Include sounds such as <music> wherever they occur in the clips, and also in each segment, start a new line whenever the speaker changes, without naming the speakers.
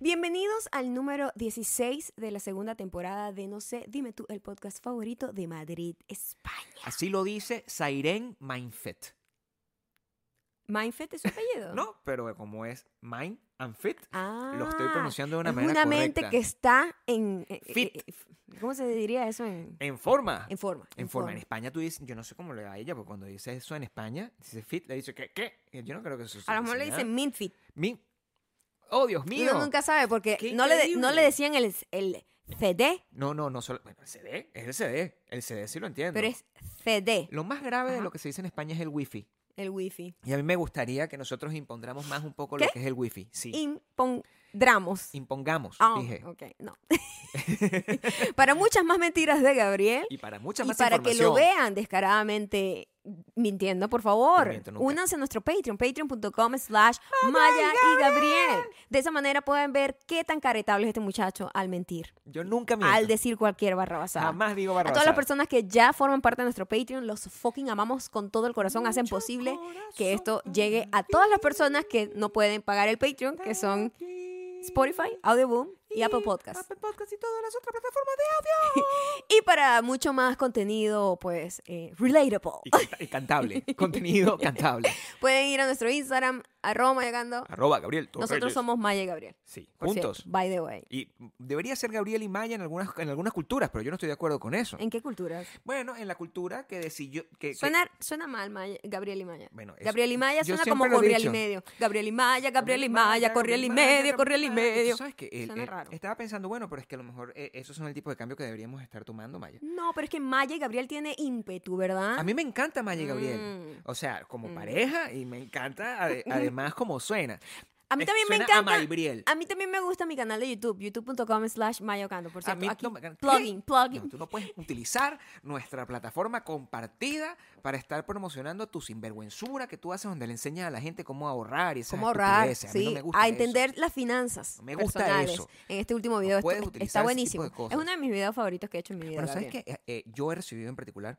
Bienvenidos al número 16 de la segunda temporada de No sé, dime tú, el podcast favorito de Madrid, España.
Así lo dice Sairen Mindfit.
¿Mindfed es su apellido?
<laughs> No, pero como es Mind and Fit,
Ah,
lo estoy pronunciando de una
es
manera
una mente
correcta.
que está en... eh, eh,
Fit.
eh, ¿Cómo se diría eso? En,
En forma.
en forma.
En forma. En España tú dices, yo no sé cómo le da a ella, porque cuando dice eso en España, dice fit, le dice, ¿qué? ¿Qué? Yo no creo que eso
A lo mejor le
sea
dicen mint fit.
Mi... ¡Oh, Dios mío!
Uno nunca sabe porque
Qué
no le, no
increíble.
le decían el, el CD,
No, no, no solo... Bueno, el CD, es el CD. El CD sí lo entiendo.
pero es CD,
Lo más grave de
Ajá.
lo que se dice en España es el wifi.
el wifi.
Y a mí me gustaría que nosotros impondramos más un poco lo
¿Qué?
que es el wifi. Sí.
Impondramos.
Impongamos,
Ah,
dije.
ok, no. <laughs> para muchas más mentiras de Gabriel
Y para mucha
y
más
para que lo
información.
vean descaradamente mintiendo, por
No
favor,
miento nunca. Oh
únanse a nuestro Patreon, patreon.com slash Maya y Gabriel. De esa manera pueden ver qué tan caretable es este muchacho al mentir,
Yo nunca miento.
al decir cualquier barrabasada.
Jamás digo
A
barra
todas las personas que ya forman parte de nuestro Patreon, los fucking amamos con todo el corazón. Hacen
Mucho
posible
corazón
que esto llegue a todas las personas que no pueden pagar el Patreon, que son Spotify, Audioboom y Apple Podcasts.
Apple Podcast y todas las otras plataformas de audio.
Y para mucho más contenido, pues, eh,
y,
relatable,
canta- y cantable.
<laughs>
contenido cantable.
pueden ir a nuestro Instagram, arroba mayagando.
Arroba Gabriel Torreyes.
Nosotros somos Maya y Gabriel.
Sí,
por
Ah, juntos.
cierto, by the way.
Y debería ser Gabriel y Maya en algunas, en algunas culturas, pero yo no estoy de acuerdo con eso.
¿En qué culturas?
Bueno, en la cultura que decidió... Ah. Eh, Que, que-
Suena, suena mal Maya- Gabriel y Maya.
Bueno, es-
Gabriel y Maya
yo
suena
siempre
como
lo he
Corriel y
dicho.
medio. Gabriel y Maya, Gabriel y Maya, Corriel y medio, Corriel y medio.
Tú ¿Sabes que
Suena raro.
Estaba pensando, bueno, pero es que a lo mejor eh, esos son el tipo de cambio que deberíamos estar tomando, Maya.
No, pero es que Maya y Gabriel tiene ímpetu, ¿verdad?
A mí me encanta Maya y Gabriel.
Mm.
O sea, como pareja y me encanta
<laughs>
ade- además como suena.
A mí
Es-
también me
suena
encanta.
A Maybriel.
A mí también me gusta mi canal de YouTube, youtube.com slash mayocando, por
A
cierto.
mí
aquí,
no me- ¿Qué?
plugin, plugin.
No, tú no puedes utilizar nuestra plataforma compartida para estar promocionando tu sinvergüenzura que tú haces donde le enseñas a la gente cómo ahorrar y esas
Cómo ahorrar,
estupideces. A mí no
sí,
me gusta
a
eso.
entender las finanzas
No me gusta
personales.
eso.
En este último video esto-
puedes utilizar ese tipo
está
de
buenísimo.
cosas.
Es uno de mis videos favoritos que he hecho en mi vida.
Bueno, ¿sabes
Gabriel. Mm.
qué? Eh, eh, yo he recibido en particular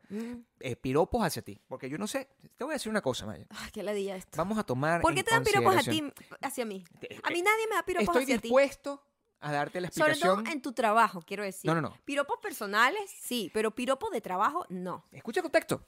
eh, piropos hacia ti. Porque yo no sé, te voy a decir una cosa, Maya.
Ay, qué ladilla esto.
Vamos a tomar
¿Por qué
en
te dan piropos a ti,
consideración-
hacia mí?
Te- eh,
A mí nadie me da piropos
Estoy
hacia ti.
dispuesto a darte la
Sobre
explicación.
todo en tu trabajo, quiero decir.
No, no, no.
Piropos personales, sí, pero piropos de trabajo, no.
Escucha el contexto.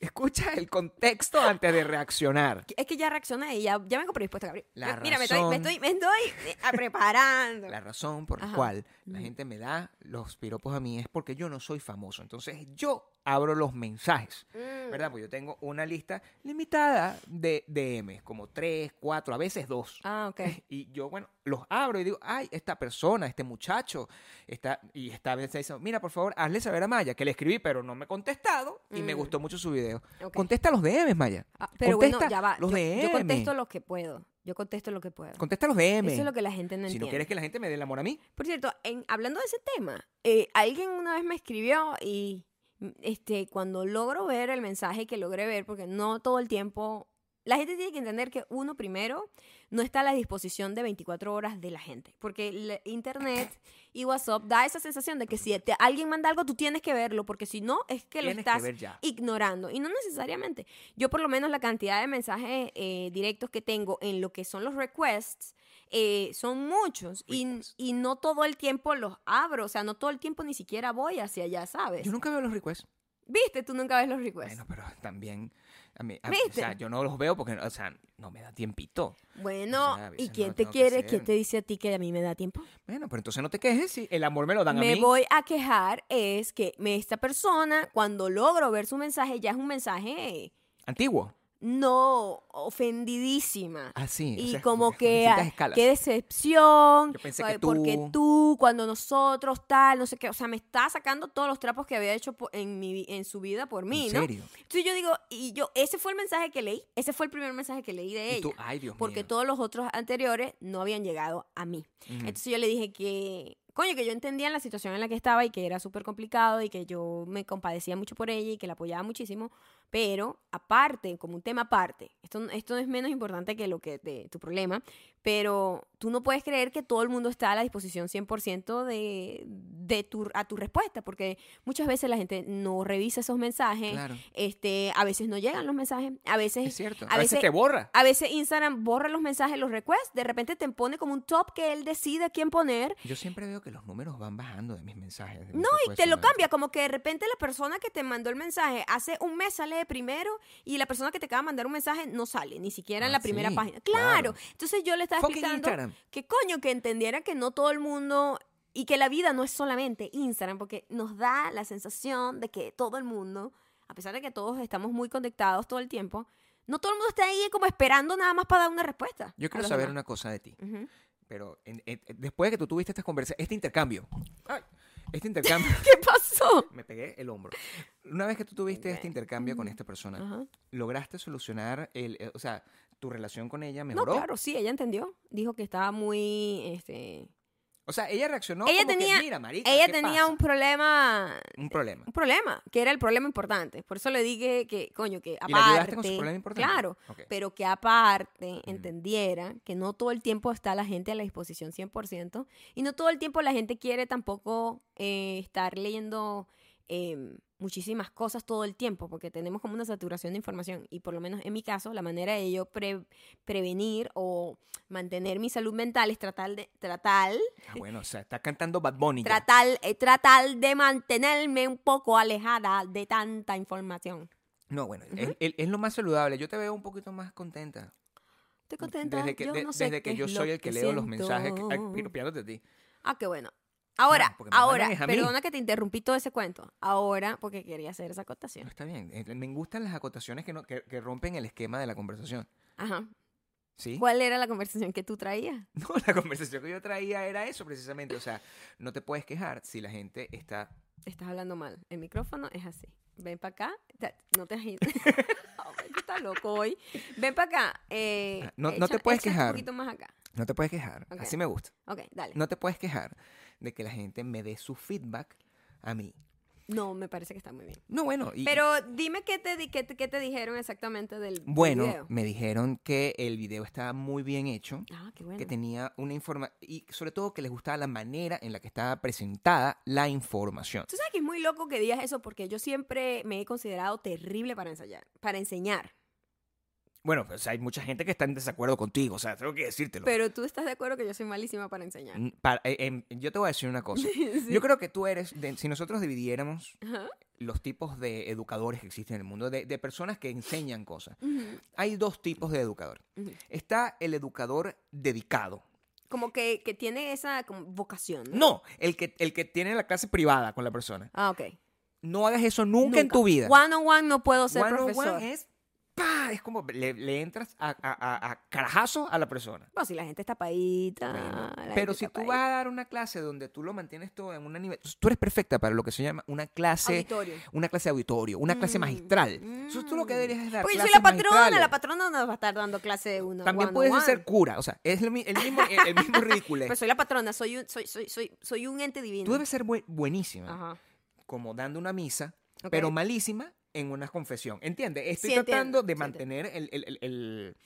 Escucha el contexto antes de reaccionar.
Es que ya reaccioné y ya, ya vengo predispuesta, Gabriel.
La
Yo- Mira, me estoy, me
razón-
estoy, me estoy, eh, preparando.
<laughs> La razón por la
Ajá.
cual la gente me da los piropos a mí es porque yo no soy famoso. Entonces yo abro los mensajes.
Mm.
¿Verdad? Pues yo tengo una lista limitada de DMs, como tres, cuatro, a veces dos.
Ah,
<laughs>
ok.
Y yo, bueno, los abro y digo, ay, esta persona, este muchacho, está, y esta vez dice, mira, por favor, hazle saber a Maya que le escribí, pero no me ha contestado y me
Mm.
gustó mucho su video.
Ok.
Contesta los DMs, Maya.
Ah, pero bueno,
Contesta
ya va.
los
yo,
DM.
yo contesto lo que puedo. Yo contesto lo que puedo.
Contesta los DM.
Ah. Eso es lo que la gente no
si
entiende.
no quieres que la gente me dé el amor a mí,
Por cierto, en- hablando de ese tema, eh, alguien una vez me escribió y mm, este, cuando logro ver el mensaje que logré ver, porque no todo el tiempo... La gente tiene que entender que uno primero no está a la disposición de 24 horas de la gente, porque el internet y WhatsApp da esa sensación de que si te- alguien manda algo, tú tienes que verlo, porque si no, es que lo
tienes
estás
que ver ya.
ignorando. Y no necesariamente. Yo por lo menos la cantidad de mensajes eh, directos que tengo en lo que son los requests eh, son muchos y,
Requests.
y no todo el tiempo los abro. O sea, no todo el tiempo ni siquiera voy hacia allá, ¿sabes?
Yo nunca veo los requests.
Viste, tú nunca ves los requests.
Bueno, pero también, a mí, a- o
pues. ¿Viste?
sea, yo no los veo porque, o sea, no me da tiempito.
Bueno,
o sea, a veces
¿y
no
quién
lo
te
tengo que
quiere?
hacer.
¿Quién te dice a ti que a mí me da tiempo?
Bueno, pero entonces no te quejes si el amor me lo dan a
me
mí.
voy a quejar es que me- esta persona, cuando logro ver su mensaje, ya es un mensaje
Antiguo.
no ofendidísima.
Así.
Ah, y como que ah,
escalas.
qué decepción
Yo pensé que
ay, porque
tú-
tú cuando nosotros tal no sé qué o sea me está sacando todos los trapos que había hecho po- en mi vi- en su vida por mí
¿En
no
serio?
entonces yo digo y yo ese fue el mensaje que leí ese fue el primer mensaje que leí de
Y tú,
ella
ay, Dios
porque
mío.
todos los otros anteriores no habían llegado a mí
Ujú.
entonces yo le dije que, coño, que yo entendía la situación en la que estaba y que era súper complicado y que yo me compadecía mucho por ella y que la apoyaba muchísimo, Pero aparte, como un tema aparte, esto, esto es menos importante que lo que de tu problema, pero tú no puedes creer que todo el mundo está a la disposición 100% de, de tu, a tu respuesta, porque muchas veces la gente no revisa esos mensajes,
Claro.
este, a veces no llegan los mensajes, a veces...
Es cierto.
A, veces,
te borra.
a veces Instagram borra los mensajes, los requests, de repente te pone como un top que él decide quién poner
Yo siempre veo que los números van bajando de mis mensajes. de mis
No, y te
requests,
lo
¿no?
cambia, como que de repente la persona que te mandó el mensaje hace un mes sale de primero y la persona que te acaba de mandar un mensaje no sale, ni siquiera en
Ah,
la primera
sí,
página.
claro.
Claro. Entonces yo le estaba
Fucking
explicando
Instagram.
que coño, que entendiera que no todo el mundo y que la vida no es solamente Instagram, porque nos da la sensación de que todo el mundo, a pesar de que todos estamos muy conectados todo el tiempo, no todo el mundo está ahí como esperando nada más para dar una respuesta.
Yo
a
quiero
los
saber
demás.
una cosa de ti.
Ujú.
Pero en- en- después de que tú tuviste esta conversación, este intercambio. Ay, este intercambio.
¿Qué pasó?
me pegué el hombro. Una vez que tú tuviste este intercambio
Mm.
con esta persona,
Ajá.
¿lograste solucionar el. eh, o sea, tu relación con ella
No,
mejoró?
claro, sí, ella entendió. Dijo que estaba muy, este,
O sea, ella reaccionó.
Ella
como que,
tenía-
Mira, marica,
ella
¿qué
tenía
pasa?".
un eh, problema,
Un problema.
un problema, que era el problema importante. Por eso le dije que, coño, que aparte.
¿Y la ayudaste con su problema importante?
Claro,
Ok.
pero que aparte entendiera que no todo el tiempo está la gente a la disposición 100% y no todo el tiempo la gente quiere tampoco eh, estar leyendo eh, muchísimas cosas todo el tiempo, porque tenemos como una saturación de información y por lo menos en mi caso la manera de yo pre- prevenir o mantener mi salud mental es tratar de tratar
Ah, bueno, o sea, está cantando Bad Bunny. ya.
tratar, eh, tratar de mantenerme un poco alejada de tanta información.
No, bueno, es- es, es lo más saludable. Yo te veo un poquito más contenta.
Estoy contenta.
Desde que,
yo
de-
no sé
desde que
qué
yo
es
soy
lo
el que, leo los
siento.
mensajes, que, ay, piropeándote a ti.
Ah, qué bueno. Ahora,
Claro, porque me
ahora,
mandan es a mí.
perdona que te interrumpí todo ese cuento. Ahora, porque quería hacer esa
No,
acotación.
está bien. Eh, Me gustan las acotaciones que, no, que, que rompen el esquema de la conversación.
Ajá.
¿Sí?
¿Cuál era la conversación que tú traías?
<laughs> No, la conversación que yo traía era eso precisamente. O sea, no te puedes quejar si la gente está.
Estás hablando mal. El micrófono es así. Ven para acá. Ta- No te
<laughs>
<laughs> agites. Hombre, tú estás loco hoy. Ven para acá. eh,
Ah, no- no te
echa-
puedes
échate
quejar.
Un poquito más acá.
No te puedes quejar.
Ok.
Así me gusta.
Ok, dale. No,
No te puedes quejar de que la gente me dé su feedback a mí.
me parece que está muy bien.
No, bueno. Y,
Pero dime qué te, di- qué, te- qué te dijeron exactamente del del
bueno,
video.
me dijeron que el video estaba muy bien hecho.
Ah, qué bueno.
que tenía una información y sobre todo que les gustaba la manera en la que estaba presentada la información.
Tú sabes que es muy loco que digas eso porque yo siempre me he considerado terrible para ensayar, para enseñar.
Bueno, pues hay mucha gente que está en desacuerdo contigo, o sea, tengo que decírtelo.
Pero tú estás de acuerdo que yo soy malísima para enseñar.
Mm, para- eh, em, yo te voy a decir una cosa.
<laughs> Sí.
Yo creo que tú eres, de- si nosotros dividiéramos
Ajá.
los tipos de educadores que existen en el mundo, de, de personas que enseñan cosas,
Ujú,
hay dos tipos de educador.
ujú.
Está el educador dedicado.
Como que, que tiene esa como vocación. ¿no?
No, el que, el que tiene la clase privada con la persona.
Ah, ok.
No hagas eso nunca, en tu vida.
One on one no puedo ser
One on one
profesor.
es, ¡pa! es como le, le entras a, a- a- a carajazo a la persona.
Bueno, si la gente está paíta.
Bueno, pero si tú vas a dar una clase donde tú lo mantienes todo en un nivel, tú eres perfecta para lo que se llama una clase,
Auditorio.
una clase de auditorio, una clase
Mm,
magistral. Entonces tú lo que
mm.
deberías es dar
Porque yo soy
clases
la patrona,
magistrales.
la patrona no va a estar dando clase de uno.
También
one on
puedes
one.
ser cura, o sea, es el, mi- el mismo, el,
<laughs>
el mismo ridículo.
Pero Pues soy la patrona, soy un, soy, soy, soy, soy un ente divino.
Tú debes ser bue- buenísima,
Ajá.
como dando una misa,
Ok.
pero malísima en una confesión. ¿Entiendes? Estoy
Sí,
tratando
entiendo,
de
sí,
mantener el... el- el- el-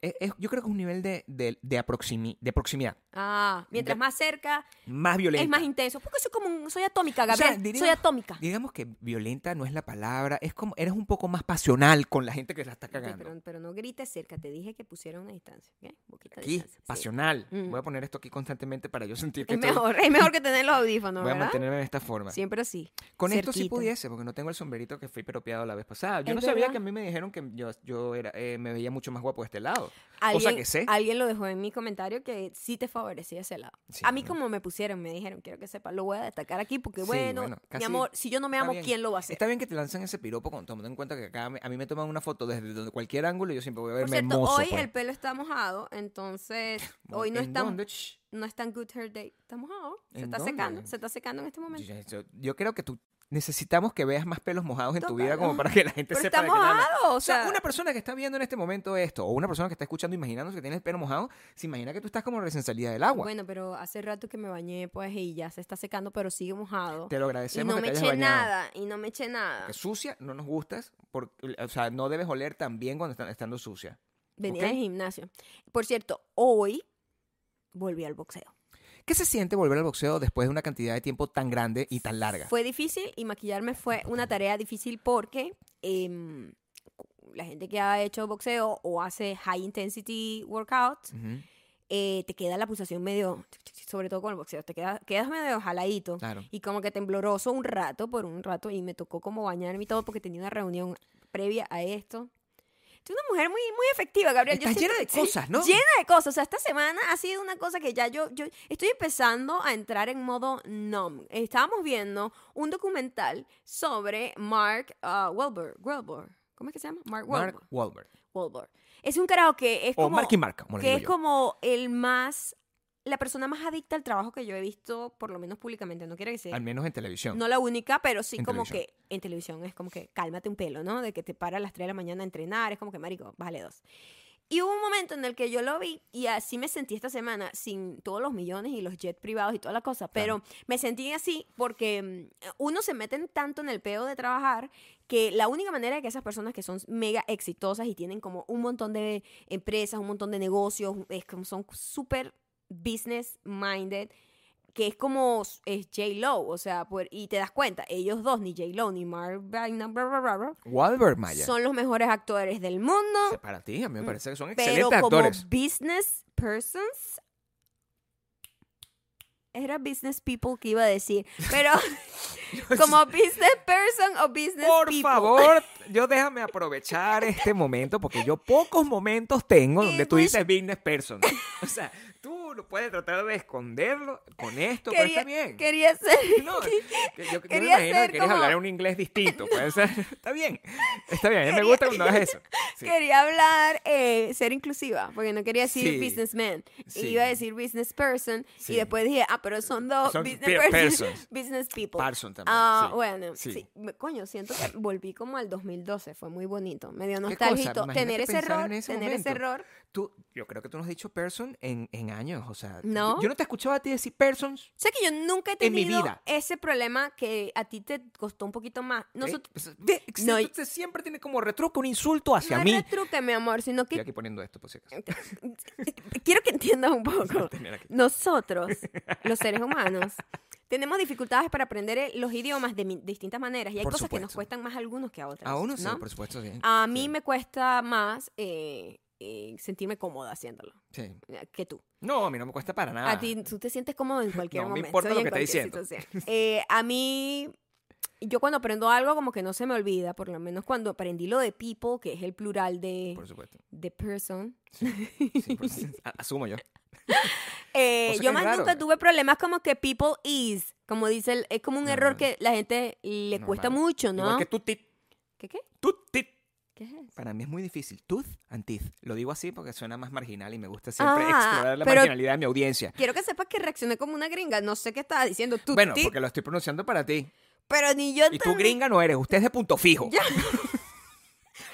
es- es- yo creo que es un nivel de, de- de aproximi- de proximidad
Ah, mientras
De-
más cerca
más violenta.
es más intenso. Porque soy como un- soy atómica,
O sea,
Gabriel. soy
diríamos-
atómica.
Digamos que violenta no es la palabra, es como eres un poco más pasional con la gente que la está
Ok,
cagando.
pero, pero no grites cerca, te dije que pusiera una distancia. ¿ok? Poquita
aquí,
distancia, sí.
pasional.
Mm.
Voy a poner esto aquí constantemente para yo sentir que
Es
estoy-
mejor, es mejor que tener los audífonos,
voy a
¿verdad?
mantenerme de esta forma.
Siempre así.
Con esto sí
cerquita.
pudiese, porque no tengo el sombrerito que fui peropeado la vez pasada. Yo
Es
no sabía
verdad.
que a mí me dijeron que yo, yo era, eh, me veía mucho más guapo de este lado.
Alguien,
Cosa que sé.
alguien lo dejó en mi comentario que sí te favorecía ese lado.
Sí,
a mí
¿no?
como me pusieron, me dijeron, quiero que sepa, lo voy a destacar aquí porque
Sí,
bueno,
bueno, casi-
mi amor, si yo no me
está
amo,
bien.
¿quién lo va a hacer?
Está bien que te lancen ese piropo con- tomando en cuenta que acá me- a mí me toman una foto desde donde- cualquier ángulo y yo siempre voy a
Por
verme
cierto,
hermoso.
hoy
pues.
el pelo está mojado, entonces
<laughs> Bueno,
hoy no este
¿en
está,
dónde? Shh.
no es tan good hair day. Está mojado, se
¿En
está
dónde?
secando, se está secando en este momento.
Yo, yo- yo creo que tú necesitamos que veas más pelos mojados en tu
Total.
vida como para que la gente
Pero
sepa
está
de qué habla.
mojado, o
O sea,
sea.
una persona que está viendo en este momento esto, o una persona que está escuchando imaginándose que tiene el pelo mojado, se imagina que tú estás como recién salida del agua.
Bueno, pero hace rato que me bañé, pues, y ya se está secando, pero sigue mojado.
te lo
Y
agradecemos
no
que
me
te hayas
eché
bañado.
nada, y no me eché nada.
Porque sucia no nos gustas, porque, o sea, no debes oler tan bien cuando están, estando sucia.
Venía
¿ok?
del gimnasio. Por cierto, hoy volví al boxeo.
¿Qué se siente volver al boxeo después de una cantidad de tiempo tan grande y tan larga?
Fue difícil y maquillarme fue una tarea difícil porque em, la gente que ha hecho boxeo o hace high intensity workouts,
Ujú,
eh, te queda la pulsación medio, sobre todo con el boxeo, te queda- quedas medio jaladito.
Claro.
Y como que tembloroso un rato, por un rato, y me tocó como bañarme y todo porque tenía una reunión previa a esto. Tú una mujer muy, muy efectiva, Gabriel. Yo
Estás
siento
llena de
que- sí,
cosas, ¿no?
Llena de cosas. O sea, esta semana ha sido una cosa que ya yo, yo estoy empezando a entrar en modo numb. Estábamos viendo un documental sobre Mark ah, Wahlberg. Wahlberg. ¿Cómo es que se llama? Mark Wahlberg.
Mark Wahlberg.
Wahlberg. Es un carajo que es
O
como...
Marky Mark, como le
Que
digo
es
yo.
como el más, la persona más adicta al trabajo que yo he visto, por lo menos públicamente. No quiere que sea,
Al menos en televisión.
no la única, pero sí
En
como
televisión.
que en televisión es como que cálmate un pelo, ¿no? De que te para a las 3 de la mañana a entrenar, es como que marico, vale dos. Y hubo un momento en el que yo lo vi y así me sentí esta semana, sin todos los millones y los jets privados y toda la cosa, pero me sentí así porque mm, uno se meten tanto en el peo de trabajar que la única manera de que esas personas que son mega exitosas y tienen como un montón de empresas, un montón de negocios, es como son súper business minded, que es como es J-Lo, o sea, por- y te das cuenta, ellos dos, ni J-Lo ni Mark Vaina, bla, bla, bla, bla,
Wahlberg Maya.
son los mejores actores del
O sea,
mundo,
Para ti, a mí me parece que son
Mm. pero
excelentes
como <laughs>
actores.
business persons, era business people que iba a decir, pero
<laughs>
como business person o business
Por
people.
favor, yo déjame aprovechar este momento porque yo pocos momentos tengo donde tú
English-
dices business person. <laughs> O sea, tú lo puedes tratar de esconderlo con esto,
Quería,
pero está bien.
quería ser <laughs>
No, que yo, yo me
quería
imagino
ser
que quieres
como-
hablar un inglés distinto.
<laughs>
puede ser. Está bien, está bien. A mí me gusta cuando haces eso. Sí.
Quería hablar, eh, ser inclusiva, porque no quería decir
Sí.
businessman.
Sí.
Iba a decir business person.
Sí.
Y después dije, ah, pero son dos
Son
business
pe-
person-
persons.
<laughs> Business people.
Parson también.
Ah,
sí.
bueno,
Sí.
sí. Me- Coño, siento que volví como al 2012, fue muy bonito, medio
cosa?
nostálgico.
Imagínate
Tener ese
pensar en
error,
ese
tener ese
momento.
error.
Tú, yo creo que tú no has dicho person en, en años. O sea,
No.
yo no te escuchaba a ti decir persons.
O sea que yo nunca he
En mi
tenido
vida.
ese problema que a ti te costó un poquito más.
Nosotros,
Nosotros, No, y-
siempre tiene como retruco un insulto hacia
no
mí.
es retruque, mi amor, sino
Estoy
que
aquí poniendo esto, por
<laughs>
si acaso.
quiero que entiendas un
Lo <laughs>
poco.
tener aquí. <laughs>
Nosotros, los seres humanos, tenemos dificultades para aprender eh, los idiomas de mi- distintas maneras y hay
Por
cosas que nos
supuesto.
cuestan más a algunos que a otros.
A uno sí, por supuesto, sí.
A mí
Sí,
me cuesta más eh, eh, sentirme cómoda haciéndolo
sí.
eh, que tú.
No, a mí no me cuesta para nada.
A ti, tú te sientes cómodo en cualquier
Ah. No me
momento.
importa
y
lo
en
que te
cualquier
diciendo.
situación. Eh, a mí, yo cuando aprendo algo como que no se me olvida, por lo menos cuando aprendí lo de people, que es el plural de,
Por supuesto.
de person.
Sí, por supuesto.
<laughs>
A- Asumo yo.
Eh,
Cosa que
yo
es
más
raro.
nunca tuve problemas como que people is, como dice, el- es como un
No,
error
no.
que la gente le cuesta
Normal.
mucho, ¿no?
Ah. Igual que tutit.
¿Qué qué?
Tutit.
¿Qué es eso?
Para mí es muy difícil. Tooth and teeth. Lo digo así porque suena más marginal y me gusta siempre
Ah,
explorar la
pero-
marginalidad de mi audiencia.
Quiero que sepas que reaccioné como una gringa, no sé qué estaba diciendo tú,
bueno,
ti,
porque lo estoy pronunciando para ti.
pero ni yo
Y tú
tan-
gringa no eres, usted es de punto fijo.
Ya.
<laughs>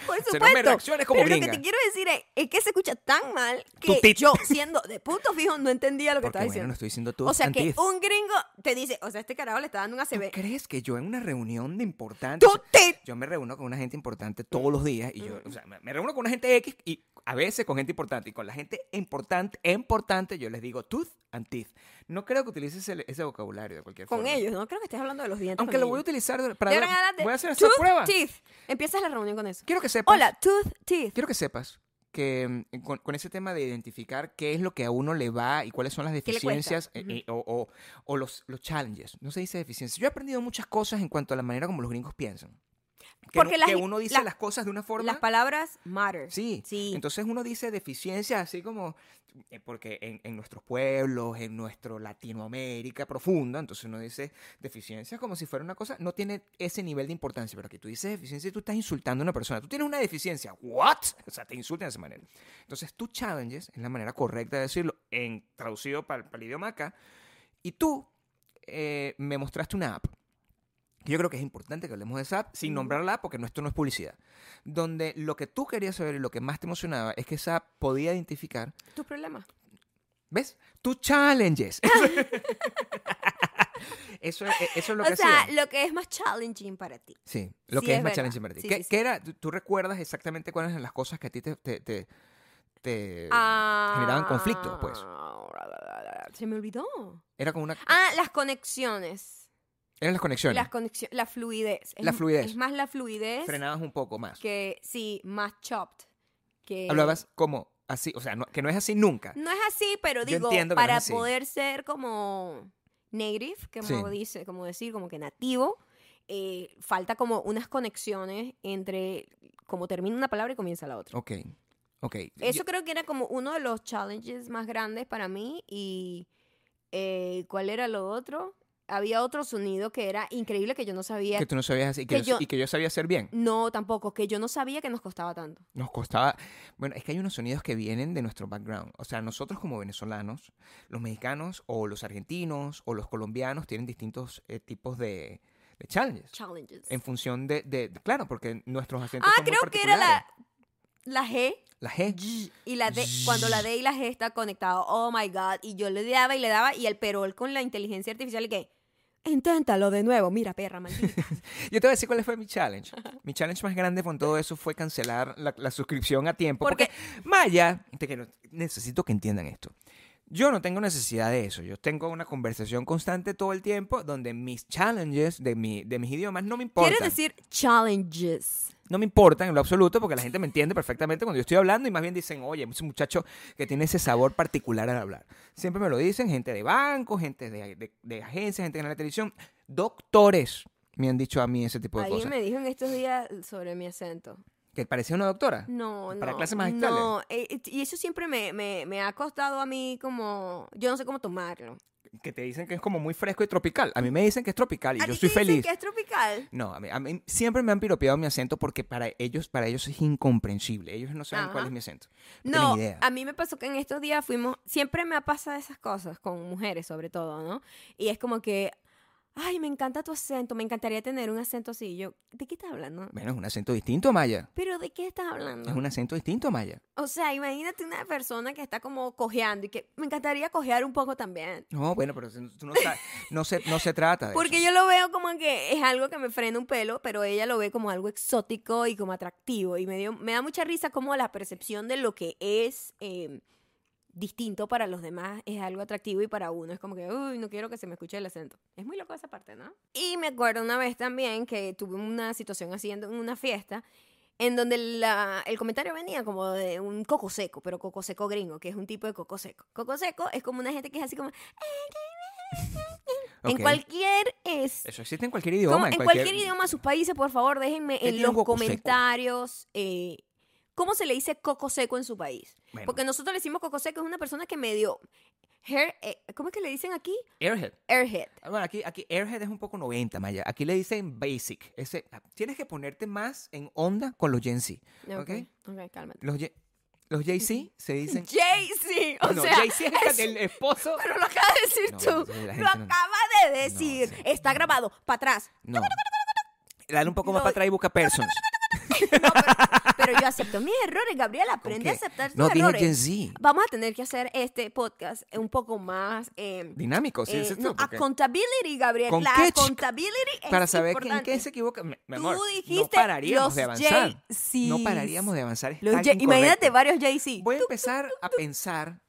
por
sea, no
supuesto.
me reacciones como
pero lo
gringa.
que te quiero decir es, es que se escucha tan mal
Tú,
que
ti.
yo siendo de punto fijo no entendía lo que
Porque
estaba
bueno,
diciendo.
no estoy diciendo tooth
o sea
and
que
teeth.
un gringo te dice, o sea, este carajo le está dando un
¿Tú
ACB.
crees que yo en una reunión de importante...
Tú, ti.
Yo me reúno con una gente importante todos los días y yo, o sea, me me reúno con una gente X y a veces con gente importante. Y con la gente importante, importante, yo les digo tooth and teeth. No creo que utilices ese, ese vocabulario de cualquier
Con
forma.
ellos, no creo que estés hablando de los dientes.
Aunque
con
lo voy a
ellos.
utilizar para...
De
ver-
ahora en adelante,
voy a hacer esa
tooth,
prueba.
Teeth. Empiezas la reunión con eso.
Quiero que sepas...
Hola, tooth, teeth.
Quiero que sepas que mm, con, con ese tema de identificar qué es lo que a uno le va y cuáles son las
le cuesta?
deficiencias eh, eh, o, o- o los, los challenges. No se dice deficiencias. Yo he aprendido muchas cosas en cuanto a la manera como los gringos piensan. Que,
Porque
nu-
las-
que uno dice
las-
las, cosas de una forma.
Las palabras matter.
Sí.
Sí.
Entonces uno dice deficiencias así como, eh, porque en, en nuestros pueblos, en nuestro Latinoamérica profunda, entonces uno dice deficiencias como si fuera una cosa, no tiene ese nivel de importancia, pero que tú dices deficiencia y tú estás insultando a una persona, tú tienes una deficiencia, ¿what? O sea, te insultan de esa manera. Entonces tú challenges, es la manera correcta de decirlo, en traducido para el idioma acá, y tú eh, me mostraste una app Yo creo que es importante que hablemos de esa app sin
Ujú.
nombrarla porque no- esto no es publicidad. Donde lo que tú querías saber y lo que más te emocionaba es que esa app podía identificar,
Tus problemas.
¿ves?
<laughs>
Tus challenges. eso, es- eso es lo que
o sea,
hacía.
lo que es más challenging para ti.
Sí, lo
Sí,
que es,
es
más
verdad.
challenging para ti.
Sí,
¿Qué,
sí, sí.
qué era? ¿Tú, tú recuerdas exactamente cuáles eran las cosas que a ti te... te- te- te- generaban conflictos, pues.
Ah, Se me olvidó.
Era como una...
Ah, las conexiones.
Eran las conexiones.
Las conexiones, la fluidez. Es-
La fluidez.
Es más la fluidez
Frenabas un poco más.
que, sí, más chopped. Que
Hablabas como así, o sea, no- que no es así nunca.
No es así, pero
Yo
digo,
entiendo que no es
para
así.
poder ser como native, que
Sí.
como dice, como decir, como que nativo, eh, falta como unas conexiones entre cómo termina una palabra y comienza la otra.
Ok, ok.
Eso creo que era como uno de los challenges más grandes para mí. Y eh, ¿cuál era lo otro? Había otro sonido que era increíble que yo no sabía.
que tú no sabías así, que,
que
yo,
yo-
y que yo sabía hacer bien.
No, tampoco, que yo no sabía que nos costaba tanto.
Nos costaba. Bueno, es que hay unos sonidos que vienen de nuestro background. O sea, nosotros como venezolanos, los mexicanos o los argentinos o los colombianos tienen distintos eh, tipos de, de challenges.
Challenges.
En función de, de- Claro, porque nuestros acentos.
Ah,
son muy
creo que era la,
particulares.
la G.
La G.
Y la D, cuando la D y la G está conectado, oh my god, y yo le daba y le daba, y el perol con la inteligencia artificial, ¿y qué? Inténtalo de nuevo, mira perra,
<laughs>
maldita.
Yo te voy a decir cuál fue mi challenge. Mi challenge más grande con todo eso fue cancelar la, la suscripción a tiempo.
Porque-
Porque, Maya, te quiero- necesito que entiendan esto. Yo no tengo necesidad de eso. Yo tengo una conversación constante todo el tiempo donde mis challenges de, mi, de mis idiomas no me importan.
Quiere decir challenges.
No me importan en lo absoluto porque la gente me entiende perfectamente cuando yo estoy hablando y más bien dicen, oye, ese muchacho que tiene ese sabor particular al hablar. Siempre me lo dicen gente de bancos, gente de, de- de agencias, gente en la televisión. Doctores me han dicho a mí ese tipo de
Alguien
cosas.
me dijo en estos días sobre mi acento.
Que parecía una doctora.
No, no.
Para clases magistrales.
No, eh, eh, y eso siempre me, me, me ha costado a mí como, yo no sé cómo tomarlo.
Que te dicen que es como muy fresco y tropical. A mí me dicen que es tropical y
¿A
yo
ti
soy
te dicen
feliz.
que es tropical?
No, a mí, a mí siempre me han piropeado mi acento porque para ellos, para ellos es incomprensible. Ellos no saben
Ajá.
cuál es mi acento. No,
No,
tienen idea.
a mí me pasó que en estos días fuimos, siempre me ha pasado esas cosas con mujeres sobre todo, ¿no? Y es como que, ay, me encanta tu acento, me encantaría tener un acento así. Y yo, ¿de qué estás hablando?
Bueno, es un acento distinto, Maya.
Pero ¿de qué estás hablando?
Es un acento distinto, Maya.
O sea, imagínate una persona que está como cojeando y que me encantaría cojear un poco también.
No, bueno, pero tú no, sabes- no, se, no se trata
<laughs>
de
Porque
eso.
yo lo veo como que es algo que me frena un pelo, pero ella lo ve como algo exótico y como atractivo. Y me, dio- me da mucha risa como la percepción de lo que es eh, distinto para los demás es algo atractivo y para uno es como que, uy, no quiero que se me escuche el acento. Es muy loco esa parte, ¿no? Y me acuerdo una vez también que tuve una situación haciendo en una fiesta en donde la- el comentario venía como de un coco seco, pero coco seco gringo, que es un tipo de coco seco. Coco seco es como una gente que es así como...
Ok.
En cualquier... Es,
Eso existe en cualquier idioma.
como en cualquier... idioma, sus países, por favor, déjenme
¿Qué
en
tiene
los
un coco seco?
comentarios eh, cómo se le dice coco seco en su país.
Bueno.
Porque nosotros le decimos coco seco, es una persona que medio... hair- eh, ¿Cómo es que le dicen aquí?
Airhead.
Airhead.
Ah, Bueno, aquí, aquí Airhead es un poco 90, Maya. Aquí le dicen basic. Ese, tienes que ponerte más en onda con los Gen Z.
Ok,
¿ok?
ok, cálmate.
Los, Ye- los Jay-Z
<laughs>
se dicen.
Jay-Z,
<laughs>
o
no,
sea...
Jay-Z es
es-
el esposo.
<laughs> Pero lo acabas de decir
No,
tú.
entonces
Lo
la gente no-
acabas de decir.
No, sí.
Está grabado. Para atrás.
No. Dale un poco más
No.
para atrás y busca persons. <laughs>
No, pero, pero yo acepto mis errores, Gabriela. Aprende a
¿Con qué?
aceptar tus
No dije
errores.
Gen Z.
Vamos a tener que hacer este podcast un poco más. Eh,
Dinámico, sí,
eh,
ese es
no,
tú, porque-
accountability, Gabriela.
¿Con
la
qué, chica?
accountability es
Para saber que- en
importante.
qué se equivoca. Mi mi
Tú
amor, no
dijiste
pararíamos
los
de avanzar.
Jay-Zs.
No pararíamos de avanzar. es
Los
algo
Jay- imagínate
incorrecto.
varios Jay-Z.
Voy a empezar a pensar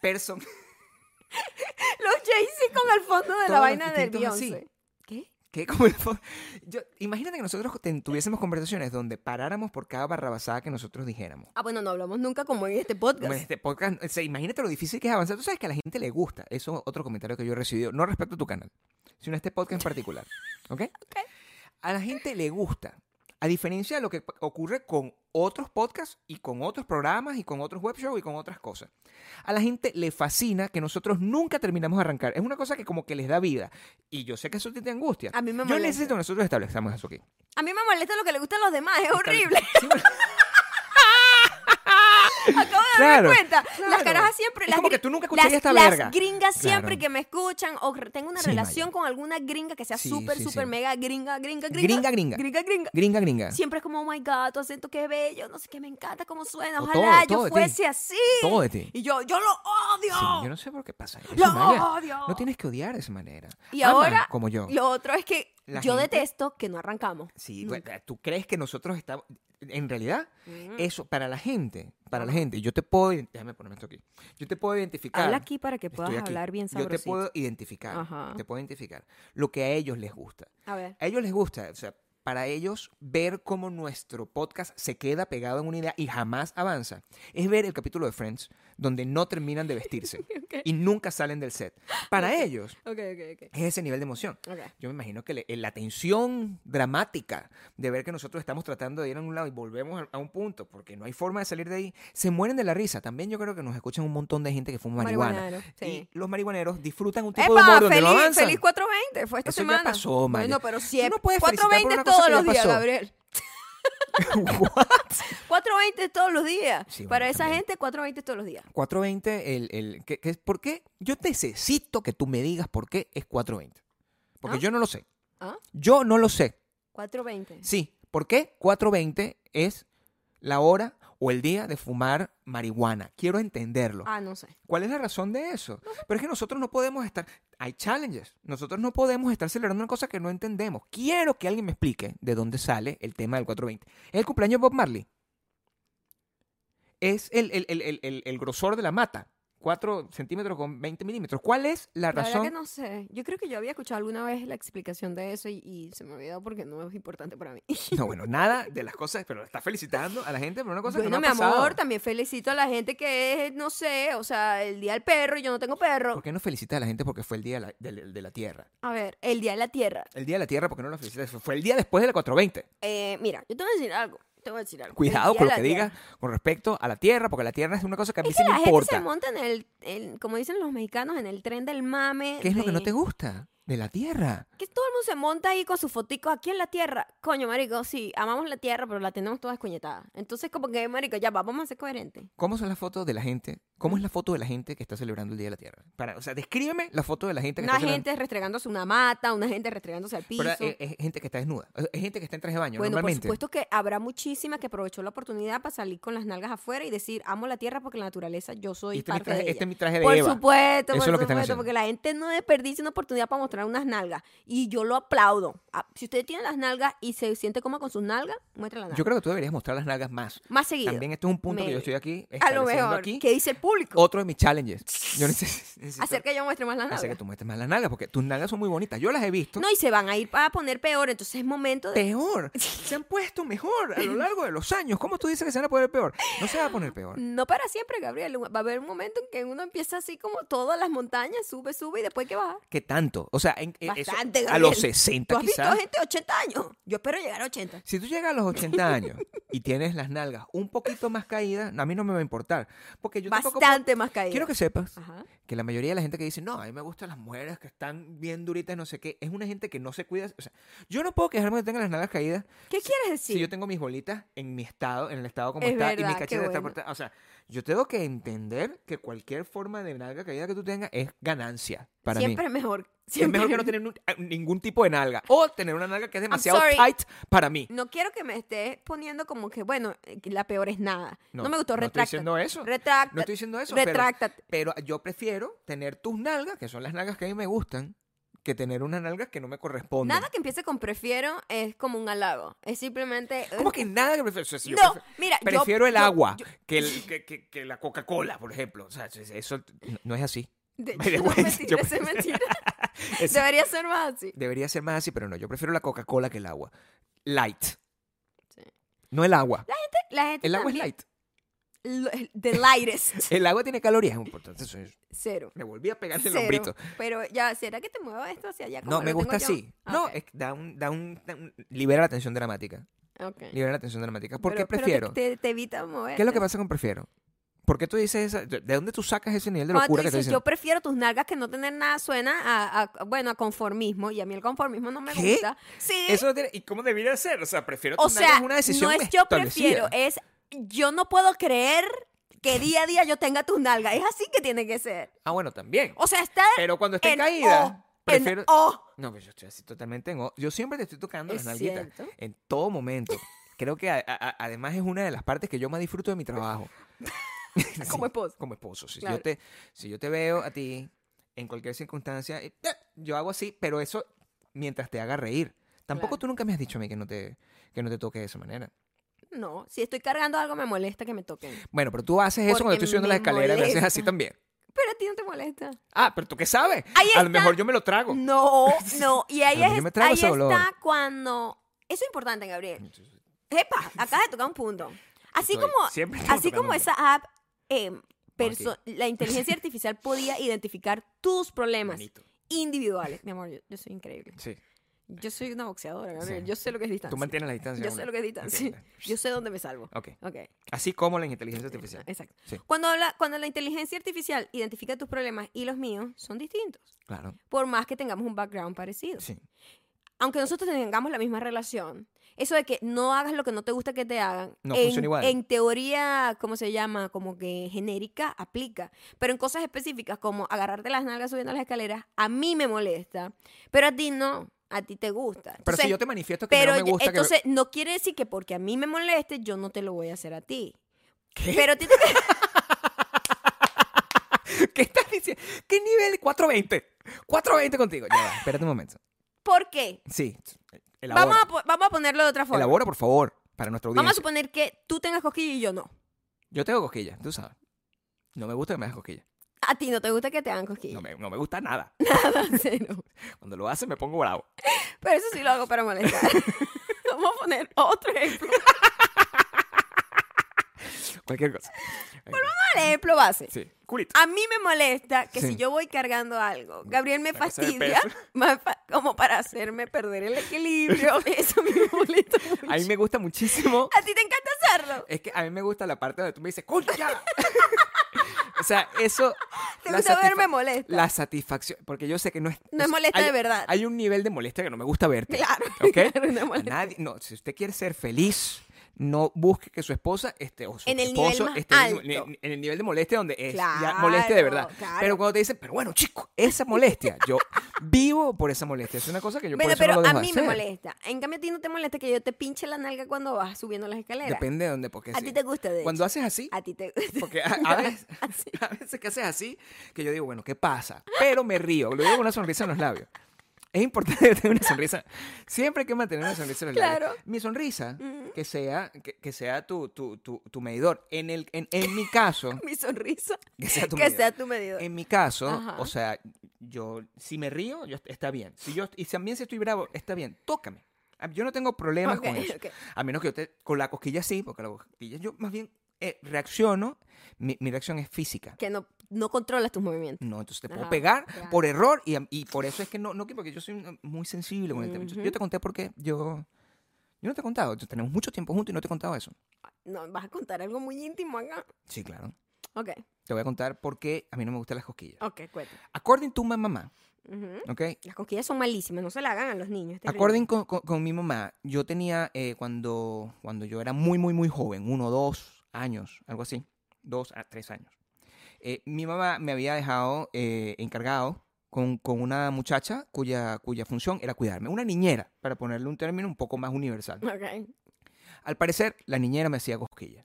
person. <laughs>
Los Jay-Z con el fondo de
Todos
la
los
vaina del
distintos así.
Beyoncé. ¿Qué?
que como el fo- yo, imagínate que nosotros ten- tuviésemos conversaciones donde paráramos por cada barrabasada que nosotros dijéramos.
Ah, bueno, no hablamos nunca como en este
Como en
podcast.
este podcast, o sea, imagínate lo difícil que es avanzar. Tú sabes que a la gente le gusta. Eso es otro comentario que yo he recibido, no respecto a tu canal, sino a este podcast en
<laughs>
particular. ¿Ok? A la gente le gusta. A diferencia de lo que p- ocurre con otros podcasts y con otros programas y con otros web shows y con otras cosas. A la gente le fascina que nosotros nunca terminamos de arrancar. Es una cosa que como que les da vida. Y yo sé que eso a ti te angustia.
A mí me
yo
molesta.
necesito que nosotros establezcamos eso aquí.
A mí me
<laughs>
molesta lo que le gustan los demás. Es
Está bien.
horrible.
Sí, bueno,
<laughs> Acabo de darme
Claro,
cuenta. Las
claro.
carajas siempre.
Es
las
como que
gri-
tú nunca escuchaste
las-
esta
las
verga.
gringas siempre
Claro.
que me escuchan o re- tengo una
Sí,
relación
Maya.
con alguna gringa que sea
Sí,
súper,
sí, sí.
súper mega gringa, gringa, gringa.
Gringa, gringa.
Gringa, gringa.
Gringa, gringa.
Siempre es como, oh my god, tu acento qué bello, no sé qué, me encanta cómo suena.
O
Ojalá
todo, todo
yo
de ti.
fuese así.
Todo de ti.
Y yo, yo lo odio.
Sí, yo no sé por qué pasa eso.
¡Lo
Maya.
odio!
No tienes que odiar de esa manera.
Y
Ama,
ahora,
Como yo.
lo Mm. otro es que
La
yo
gente-
detesto que no arrancamos.
Sí,
Nunca.
bueno, tú crees que nosotros estamos. En realidad,
Mm.
eso, para la gente, para la
Ajá.
gente, yo te puedo. ident- Déjame ponerme esto aquí. Yo te puedo identificar.
Habla aquí para que
Estoy
puedas
aquí.
hablar bien
Yo te
sabrosito.
puedo identificar.
Ajá.
Te puedo identificar lo que a ellos les gusta.
A ver.
A ellos les gusta, o sea, para ellos ver cómo nuestro podcast se queda pegado en una idea y jamás avanza. Es ver el capítulo de Friends donde no terminan de vestirse
<laughs> Ok.
y nunca salen del set. Para ellos
Ok, ok,
es ese nivel de emoción.
ok.
Yo me imagino que le- eh, la tensión dramática de ver que nosotros estamos tratando de ir a un lado y volvemos a, a un punto porque no hay forma de salir de ahí, se mueren de la risa. También yo creo que nos escuchan un montón de gente que fuma marihuana.
Marihuanero, sí.
Y los marihuaneros disfrutan un tipo de
¡Epa!
humor donde
feliz,
no avanzan.
feliz 420. Fue esta
Eso ya
semana.
pasó, Maya.
Bueno, pero
Tú
siempre.
no puedes felicitar por
420
una cosa
todos
que ya
los días,
pasó.
Gabriel.
<laughs> What?
420 todos los días.
Sí, bueno,
Para esa
también.
gente, 420 todos los días.
420, el, el, ¿qué- qué- ¿por qué? Yo necesito que tú me digas por qué es 420. Porque
¿Ah?
yo no lo sé.
¿Ah?
Yo no lo sé.
420.
Sí, ¿por qué 420 es la hora o el día de fumar marihuana? Quiero entenderlo.
Ah, no sé.
¿Cuál es la razón de eso? Pero es que nosotros no podemos estar... Hay challenges. Nosotros no podemos estar celebrando una cosa que no entendemos. Quiero que alguien me explique de dónde sale el tema del 420. ¿Es el cumpleaños de Bob Marley? ¿Es el, el- el- el- el- el grosor de la mata? 4 centímetros con 20 milímetros. ¿Cuál es la
La verdad
razón?
que no sé. Yo creo que yo había escuchado alguna vez la explicación de eso y, y se me olvidó porque no es importante para mí.
No, bueno, nada de las cosas, pero está felicitando a la gente por una cosa
bueno,
que no ha
mi
pasado.
amor, también felicito a la gente que es, no sé, o sea, el día del perro y yo no tengo perro.
¿Por qué no felicita a la gente porque fue el día de la, del- de la Tierra?
A ver, el día de la tierra.
El día de la Tierra, ¿por qué no lo felicita? Fue el día después de la 420.
Eh, mira, yo te voy a decir algo. Te voy a decir algo. El
Cuidado
día de
con lo
la
que
tierra.
digas con respecto a la tierra, porque la tierra es una cosa que a mí
Es
sí
que
me
la gente se
importa.
monta en el, en- como dicen los mexicanos, en el tren del mame.
¿Qué es lo que no
de-
te gusta de la tierra?
Que todo el mundo se monta ahí con sus foticos aquí en la tierra. Coño, marico, sí, amamos la tierra, pero la tenemos toda escoñetada. Entonces, como que, marico, ya va, vamos a ser coherentes.
¿Cómo son las fotos de la gente? ¿Cómo es la foto de la gente que está celebrando el Día de la Tierra? Para, o sea, descríbeme la foto de la gente que
Una
está celebrando.
gente restregándose una mata, una gente restregándose al piso.
Pero es, es gente que está desnuda. Es es gente que está en traje de baño,
bueno, por
normalmente.
supuesto que habrá muchísima que aprovechó la oportunidad para salir con las nalgas afuera y decir, amo la tierra porque la naturaleza, yo soy
este, es mi
parte de
traje,
ella.
este es mi traje de
Por
Eva.
supuesto,
Eso
por
es lo que están
supuesto,
haciendo.
porque la gente no desperdicia una oportunidad para mostrar unas nalgas. Y yo lo aplaudo. Ah, Si usted tiene las nalgas y se siente cómoda con sus nalgas, muestra las nalgas.
Yo creo que tú deberías mostrar las nalgas más.
Más seguido.
También esto es un punto que
Maybe.
yo estoy aquí
a lo
estableciendo
mejor.
aquí.
¿Qué dice el público?
Otro de mis challenges. Yo neces- necesito
Hacer que yo muestre más las
hacer que
nalgas.
tú muestres más las nalgas, porque tus nalgas son muy bonitas. Yo las he visto.
No, y se van a ir para poner peor, entonces es momento de... <laughs>
peor. Se han puesto mejor a lo largo de los años. ¿Cómo tú dices que se van a poner peor? No se va a poner peor.
No para siempre, Gabriel. Va a haber un momento en que uno empieza así como todas las montañas, sube, sube y después que baja.
¿Qué tanto? O sea, en- eh, eso-
Bastante,
a
Gabriel.
los
¿Tú
60
has visto
quizás.
gente de 80 años? Yo espero llegar a 80.
Si tú llegas a los 80 años y tienes las nalgas un poquito más caídas, a mí no me va a importar. Porque yo tampoco puedo-
Bastante más caída.
Quiero que sepas
Ajá.
que la mayoría de la gente que dice, no, a mí me gustan las mujeres que están bien duritas, no sé qué, es una gente que no se cuida. O sea, yo no puedo quejarme de que tengan las nalgas caídas
¿Qué quieres decir?
si yo tengo mis bolitas en mi estado, en el estado como
Es
está, y
verdad,
mis
qué
cachetes están
bueno.
cortadas. O sea, yo tengo que entender que cualquier forma de nalga caída que tú tengas es ganancia para
siempre
mí.
es mejor.
<laughs> Es
Siempre
mejor que no tener nun- a- ningún tipo de nalga. O tener una nalga que es demasiado
sorry.
tight para mí.
<laughs> No quiero que me estés poniendo como que, bueno, eh, que la peor es nada. No, me gustó,
No estoy
retráctate.
diciendo eso.
Retráctate.
No estoy diciendo eso. pero-
retráctate.
Pero, yo prefiero tener tus nalgas, que son las nalgas que a mí me gustan, que tener unas nalgas que no me corresponden.
Nada que empiece con prefiero es como un halago. Es simplemente... eh,
¿Cómo que nada que prefiero? O sea, si yo
no,
prefi-
mira, yo-
Prefiero el
yo-
agua <laughs>
yo-
que, el- que- que- que la Coca-Cola, por ejemplo. O sea, eso no- no es así.
de hecho, <laughs>
Me
no,
devuelvo-
mentira,
yo-
eso es
<laughs>
mentira. <laughs>
Es-
Debería ser más así.
Debería ser más así, pero no. Yo prefiero la Coca-Cola que el agua. Light.
Sí.
No el agua.
La gente
El agua es
también-
light.
lo- The lightest.
El agua tiene calorías, es importante. eso es-
Cero.
Me volví a pegar el
Cero.
hombrito.
Pero ya, ¿será que te muevo esto hacia allá? como
No, me
lo tengo
gusta
yo?
así.
Ah,
No,
ok,
es que da un, da un- da un- Libera la tensión dramática.
ok.
Libera la tensión dramática. ¿Por
Pero-
qué
pero te-
prefiero?
te, te evita mover.
¿Qué es lo que pasa con prefiero? ¿Por qué tú dices esa? ¿De dónde tú sacas ese nivel de
Cuando tú
locura que te
dices,
dicen?
yo prefiero tus nalgas que no tener nada, suena a, a- bueno, a conformismo. Y a mí el conformismo no me
¿Qué?
gusta. Sí.
Eso no tiene- ¿Y cómo debería ser? O sea, prefiero
o
tu nalga,
sea,
es una
no
decisión
es yo prefiero,
establecida.
es yo no puedo creer que día a día yo tenga tus nalgas. Es así que tiene que ser.
Ah, bueno, también.
O sea, está
Pero cuando esté
en
caída,
O, en
prefiero.
O.
No, pues yo estoy así totalmente en O. Yo siempre te estoy tocando
Es
las nalguitas.
cierto.
En todo momento. Creo que a- a- además es una de las partes que yo más disfruto de mi trabajo. Sí,
<laughs> Como esposo.
Como esposo. Si,
Claro.
yo te, si yo te veo a ti en cualquier circunstancia, eh, eh, yo hago así, pero eso mientras te haga reír. Tampoco
Claro.
tú nunca me has dicho a mí que no te, que no te toque de esa manera.
No, si estoy cargando algo me molesta que me toquen.
Bueno, pero tú haces eso cuando
Porque
estoy subiendo la
me
escalera, me haces
molesta.
así también.
Pero a ti no te molesta.
Ah, pero tú qué sabes.
Ahí
A lo
está.
mejor yo me lo trago.
No, no. Y ahí,
Oh. <laughs> A mí
es-
me trago
ahí
ese olor.
está cuando... Eso es importante, Gabriel. Epa, acabas de tocar un punto. Así
Estoy-
como,
siempre estamos
así como
tocando.
esa app, eh, perso- la inteligencia artificial podía identificar tus problemas
Bonito.
individuales. Mi amor, yo, yo soy increíble.
Sí.
Yo soy una boxeadora, Gabriel.
Sí.
Yo sé lo que es distancia.
Tú mantienes la distancia.
yo
con
sé
la-
lo que es distancia.
Ok,
Yo sé dónde me salvo.
Ok.
Ok.
Así como la inteligencia artificial.
Exacto.
Sí.
Cuando, habla, cuando la inteligencia artificial identifica tus problemas y los míos, son distintos.
Claro.
Por más que tengamos un background parecido.
Sí.
Aunque nosotros tengamos la misma relación, eso de que no hagas lo que no te gusta que te hagan,
No
en,
funciona igual.
en teoría, ¿cómo se llama? Como que genérica, aplica. Pero en cosas específicas, como agarrarte las nalgas subiendo las escaleras, a mí me molesta, pero a ti no, a ti te gusta.
Pero
Entonces,
si yo te manifiesto que
pero
no me
yo-
gusta que-
entonces no quiere decir que porque a mí me moleste, yo no te lo voy a hacer a ti. Pero a ti te...
<laughs>
<laughs>
¿Qué estás diciendo? ¿Qué nivel? 420. 420 contigo. Ya va, espérate un momento.
¿Por qué?
Sí. Elabora.
Vamos a, po- vamos a ponerlo de otra forma.
Elabora, por favor, para nuestra audiencia.
Vamos a suponer que tú tengas cosquillas y yo no.
Yo tengo cosquillas, tú sabes. No me gusta que me hagas cosquillas.
A ti no te gusta que te hagan cosquillas.
No me, no me gusta nada.
<laughs> Cero.
Cuando lo hacen me pongo bravo.
Pero eso sí lo hago para <laughs> molestar. Vamos a poner otro ejemplo.
Cualquier cosa.
Un ejemplo base.
Sí. Culito.
A mí me molesta que
Sí.
si yo voy cargando algo, Gabriel me
La cosa de
fastidia <laughs> me fa- como para hacerme perder el
<laughs>
equilibrio. Eso me molesta mucho.
A mí me gusta muchísimo.
A ti te encanta hacerlo.
Es que a mí me gusta la parte donde tú me dices, ¡Concha! <laughs> o sea, eso.
Te
la
gusta verme
satisfa-
molesta.
La satisfacción. Porque yo sé que no es.
No es
o sea,
molesta
hay-
de verdad.
Hay un nivel de molestia que no me gusta verte.
<laughs> Claro.
<laughs>
<laughs>
¿Ok?
claro, no
A
molesta.
nadie, no, si usted quiere ser feliz, no busque que su esposa esté o su
En el nivel
esposo
más
esté en, el-
alto.
en el nivel de molestia donde es ya
Claro,
molestia de verdad.
claro.
Pero cuando te dicen, pero bueno, chico, esa molestia,
<laughs>
yo vivo por esa molestia. Es una cosa que yo por
Bueno,
eso no
pero
lo
a
dejo
mí me
hacer.
molesta. En cambio, a ti no te molesta que yo te pinche la nalga cuando vas subiendo las escaleras.
Depende de dónde, porque
A
sí.
ti te gusta, de
cuando
hecho.
haces así,
A ti te gusta. <laughs>
porque a, a veces, <laughs> a veces que haces así, que yo digo, bueno, ¿qué pasa? Pero me río, lo digo con una sonrisa en los labios. Es importante <laughs> tener una sonrisa. Siempre hay que mantener una sonrisa en los
Claro.
labios. Mi sonrisa, que sea, que, que sea tu, tu, tu, tu medidor. En, el, en, en mi
<laughs>
caso,
Mi sonrisa.
que sea tu
que
medidor.
sea tu medidor.
En mi caso,
Ajá.
o sea, yo, si me río, yo, está bien. Si yo, y también si estoy bravo, está bien. Tócame. A- Yo no tengo problemas
Ok,
con eso.
ok.
A menos que yo te, con la cosquilla sí, porque la cosquilla yo más bien eh, reacciono, mi, mi reacción es física.
Que no, no controlas tus movimientos.
No, entonces te puedo
Ajá,
pegar
claro.
por error y, a- y por eso es que no, no, que- porque yo soy una- muy sensible con el tema. Yo- Yo te conté porque yo, yo no te he contado, yo- tenemos mucho tiempo juntos y no te he contado eso.
No, vas a contar algo muy íntimo acá.
Sí, claro.
Ok,
Te voy a contar por qué a mí no me gustan las cosquillas.
ok, cuenta.
According to my mamá,
Ujú.
¿ok?
Las cosquillas son malísimas, no se la hagan a los niños. es terrible.
According con, con- con mi mamá, yo tenía eh, cuando, cuando yo era muy, muy, muy joven, uno, dos años, algo así, dos a tres años. eh, mi mamá me había dejado eh, encargado con, con una muchacha cuya, cuya función era cuidarme, una niñera, para ponerle un término un poco más universal.
Ok.
Al parecer, la niñera me hacía cosquillas.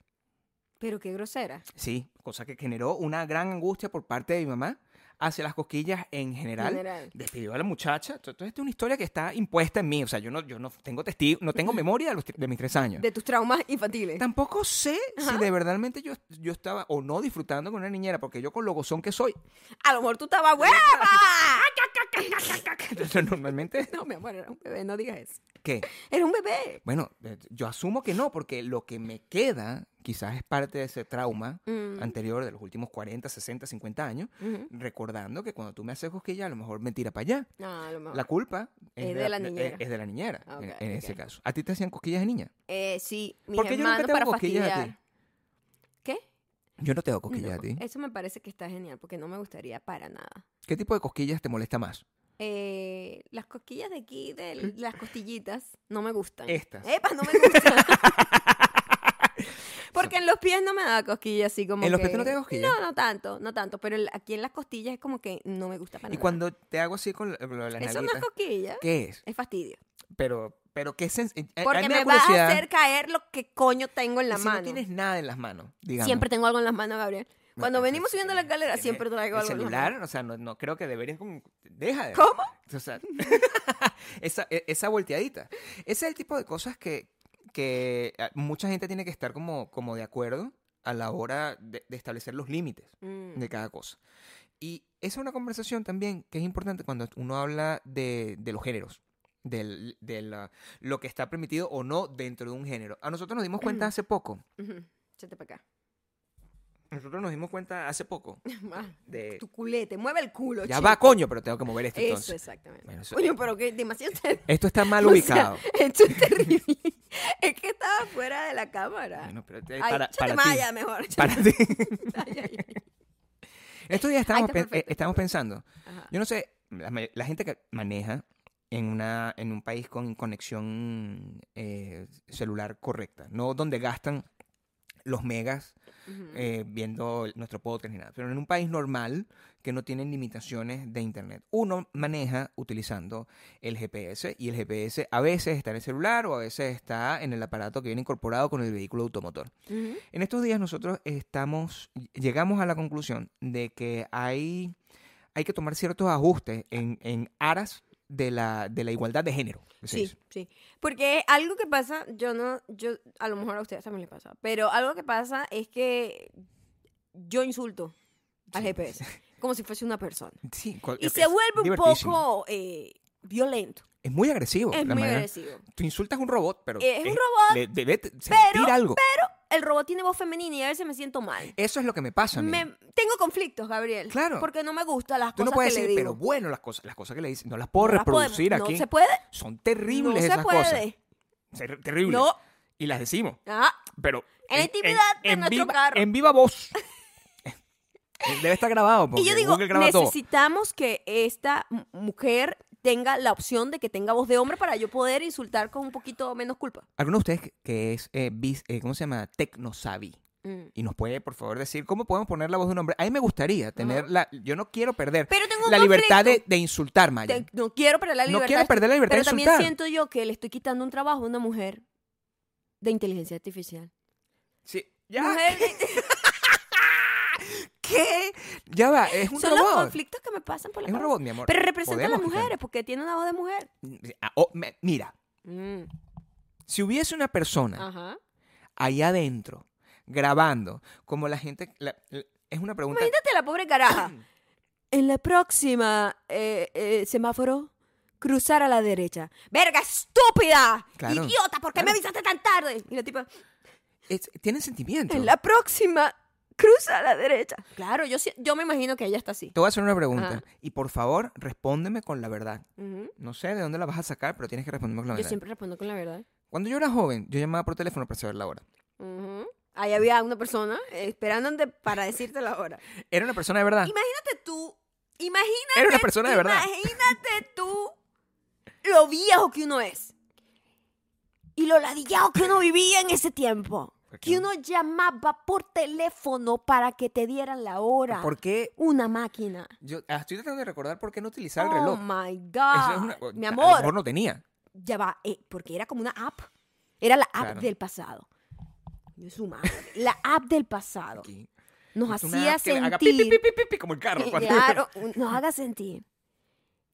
Pero qué grosera.
Sí, cosa que generó una gran angustia por parte de mi mamá hacia las cosquillas en general.
General.
Despidió a la muchacha. Entonces, esta es una historia que está impuesta en mí. O sea, yo no, yo no tengo testigo, no tengo memoria de, los, de mis tres años.
De tus traumas infantiles.
Tampoco sé si de verdad yo, yo estaba o no disfrutando con una niñera, porque yo con lo gozón que soy, <laughs>
A lo mejor tú estabas hueva.
Entonces, normalmente,
No, mi amor, era un bebé, no digas eso.
¿qué?
Era un bebé.
Bueno, eh, yo asumo que no, porque lo que me queda quizás es parte de ese trauma
Mm.
anterior de los últimos 40, 60, 50 años,
Ujú.
recordando que cuando tú me haces cosquillas, a lo mejor me tira para allá.
No, a lo mejor.
La culpa es,
Ah. Es de la niñera.
Es, de la niñera,
Ah,
en,
ok,
en ese
ok.
caso. ¿A ti te hacían cosquillas de niña?
Eh, sí, mis
¿Por qué yo nunca
hermanos
te hago
para
cosquillas a ti?
fastidiar. ¿Qué?
Yo no te hago cosquillas
No,
a ti.
Eso me parece que está genial, porque no me gustaría para nada.
¿Qué tipo de cosquillas te molesta más?
Eh, las cosquillas de aquí, de
<laughs>
l- las costillitas, no me gustan.
Estas.
Epa, no me gustan. Porque Porque en los pies no me da cosquilla así como.
¿En los
que-
pies no te da cosquilla?
No, no tanto, no tanto. Pero el- aquí en las costillas es como que no me gusta para
Y
nada.
cuando te hago así con la, lo de
Eso
las
no es
nalguitas,
cosquilla,
¿qué es?
es fastidio.
Pero, pero qué sens- eh, a- a mí
Porque
da
me vas a
curiosidad,
hacer caer lo que coño tengo en
y
la
si
mano.
no tienes nada en las manos, digamos.
Siempre tengo algo en las manos, Gabriel.
No,
Cuando
entonces,
venimos subiendo la
tienes-
escalera,
tienes
siempre traigo
el
algo en las manos.
celular, o sea, no, no creo que deberías como- Deja de...
¿Cómo?
O sea, <laughs> esa, e- esa volteadita. Ese es el tipo de cosas que, que ah, mucha gente tiene que estar como, como de acuerdo a la hora de, de establecer los límites
Mm.
de cada cosa. Y esa es una conversación también que es importante cuando uno habla de, de los géneros, del- de la- lo que está permitido o no dentro de un género. A nosotros
<clears throat>
nos dimos cuenta hace poco.
Ujú. Échate para acá. <laughs>
Nosotros nos dimos cuenta hace poco
Ah,
de...
Tu culete, mueve el culo.
Ya
chico.
va, coño, pero tengo que mover esto
Eso,
entonces.
exactamente.
Bueno, eso-
Coño, pero que demasiado ser-
Esto está
<laughs>
mal
o sea,
ubicado.
esto es terrible. es que estaba fuera de la cámara.
Bueno, pero, eh,
Ay,
para,
échate
para
más
ti.
allá mejor.
Para <laughs>
<laughs>
ti.
Ay, ay, ay.
Estos días estábamos,
está
pen- eh,
perfecto,
estamos pensando.
Ajá.
Yo no sé, la, may- la gente que maneja en, una, en un país con conexión eh, celular correcta, no donde gastan los megas
Ujú.
eh, viendo el- nuestro podcast ni nada, pero en un país normal que no tienen limitaciones de internet. Uno maneja utilizando el GPS y el GPS a veces está en el celular o a veces está en el aparato que viene incorporado con el vehículo automotor.
Ujú.
En estos días nosotros estamos, llegamos a la conclusión de que hay, hay que tomar ciertos ajustes en, en aras de la, de la igualdad de género. que se
Sí,
dice.
sí. Porque algo que pasa, yo no, yo, a lo mejor a ustedes también les pasa, pero algo que pasa es que yo insulto al
Sí.
GPS como si fuese una persona.
Sí, co-
Y
es-
se vuelve un
divertísimo.
poco eh, violento.
Es muy agresivo.
Es
Uh, la
muy
manera-
agresivo.
Tú insultas a un robot, pero...
Es un robot,
le- debe t- sentir
pero-
algo.
El robot tiene voz femenina y a veces me siento mal.
Eso es lo que me pasa a mí.
Me- tengo conflictos, Gabriel.
Claro.
Porque no me gustan las
Tú
cosas
no puedes
que
decir,
le
pero
digo.
bueno, las cosas, las cosas que le dicen, no las puedo
No las podemos-
reproducir aquí.
No se puede.
Son
No
terribles
se
esas cosas.
puede.
Ser- Terribles.
No.
Y las decimos.
Ah,
Pero.
En la intimidad de nuestro
viva,
carro.
En
<laughs>
viva voz. <laughs> Debe estar grabado. Porque
y yo digo,
Google graba todo.
necesitamos que esta m- mujer tenga la opción de que tenga voz de hombre para yo poder insultar con un poquito menos culpa.
Alguno de ustedes que- que es, eh, bis- eh, ¿cómo se llama? Tecnosavi.
Mm.
Y nos puede, por favor, decir cómo podemos poner la voz de un hombre. A mí me gustaría tener
Ajá.
la. Yo no quiero perder
Pero Ah. tengo un
la libertad de,
conflicto.
de insultar, Maya.
Te- no quiero perder la
No
libertad.
quiero perder la libertad
pero
de
también
insultar.
siento yo que le estoy quitando un trabajo a una mujer de inteligencia artificial.
Sí. Ya. <laughs>
Mujer de-
¿Qué? Ya va, es un
son los
robot.
conflictos que me pasan por la
Es un
cabeza.
robot, mi amor.
Pero representa a las
Podemos quitar.
mujeres porque tiene una voz de mujer.
Ah, oh, me- mira,
Mm,
si hubiese una persona
Ajá.
allá adentro grabando, como la gente. la- la- es una pregunta.
Imagínate la pobre caraja. <clears throat> En la próxima eh, eh, semáforo, cruzar a la derecha. ¡Verga, estúpida!
Claro,
¡Idiota! ¿Por qué me avisaste tan tarde? Y la tipa,
es- tienen sentimiento.
en la próxima, cruza a la derecha. Claro, yo, sí- yo me imagino que ella está así.
Te voy a hacer una pregunta.
Ajá.
Y por favor, respóndeme con la verdad.
Ujú.
No sé de dónde la vas a sacar, pero tienes que responderme con la
Yo
verdad.
siempre respondo con la verdad.
Cuando yo era joven, yo llamaba por teléfono para saber la hora.
Ujú. Ahí había una persona eh, esperándote para decirte la hora.
Era una persona de verdad.
Imagínate tú, imagínate,
Era una persona de verdad.
imagínate tú lo viejo que uno es y lo ladillado que uno vivía en ese tiempo.
¿Por qué
Que
no?
uno llamaba por teléfono para que te dieran la hora.
¿Por qué?
Una máquina.
Yo ah, estoy tratando de recordar por qué no utilizaba el
oh
reloj.
my
Eso es
God.
una-
Mi
a lo mejor
amor,
no tenía.
ya va, eh, porque era como una app. Era la app
Claro.
del pasado. Dios, su madre. La app del pasado.
Aquí.
Nos
Es una
hacía
app que
sentir.
haga pi, pi, pi, pi, pi, como el carro.
Que,
cuando- <laughs>
Claro, un- nos haga sentir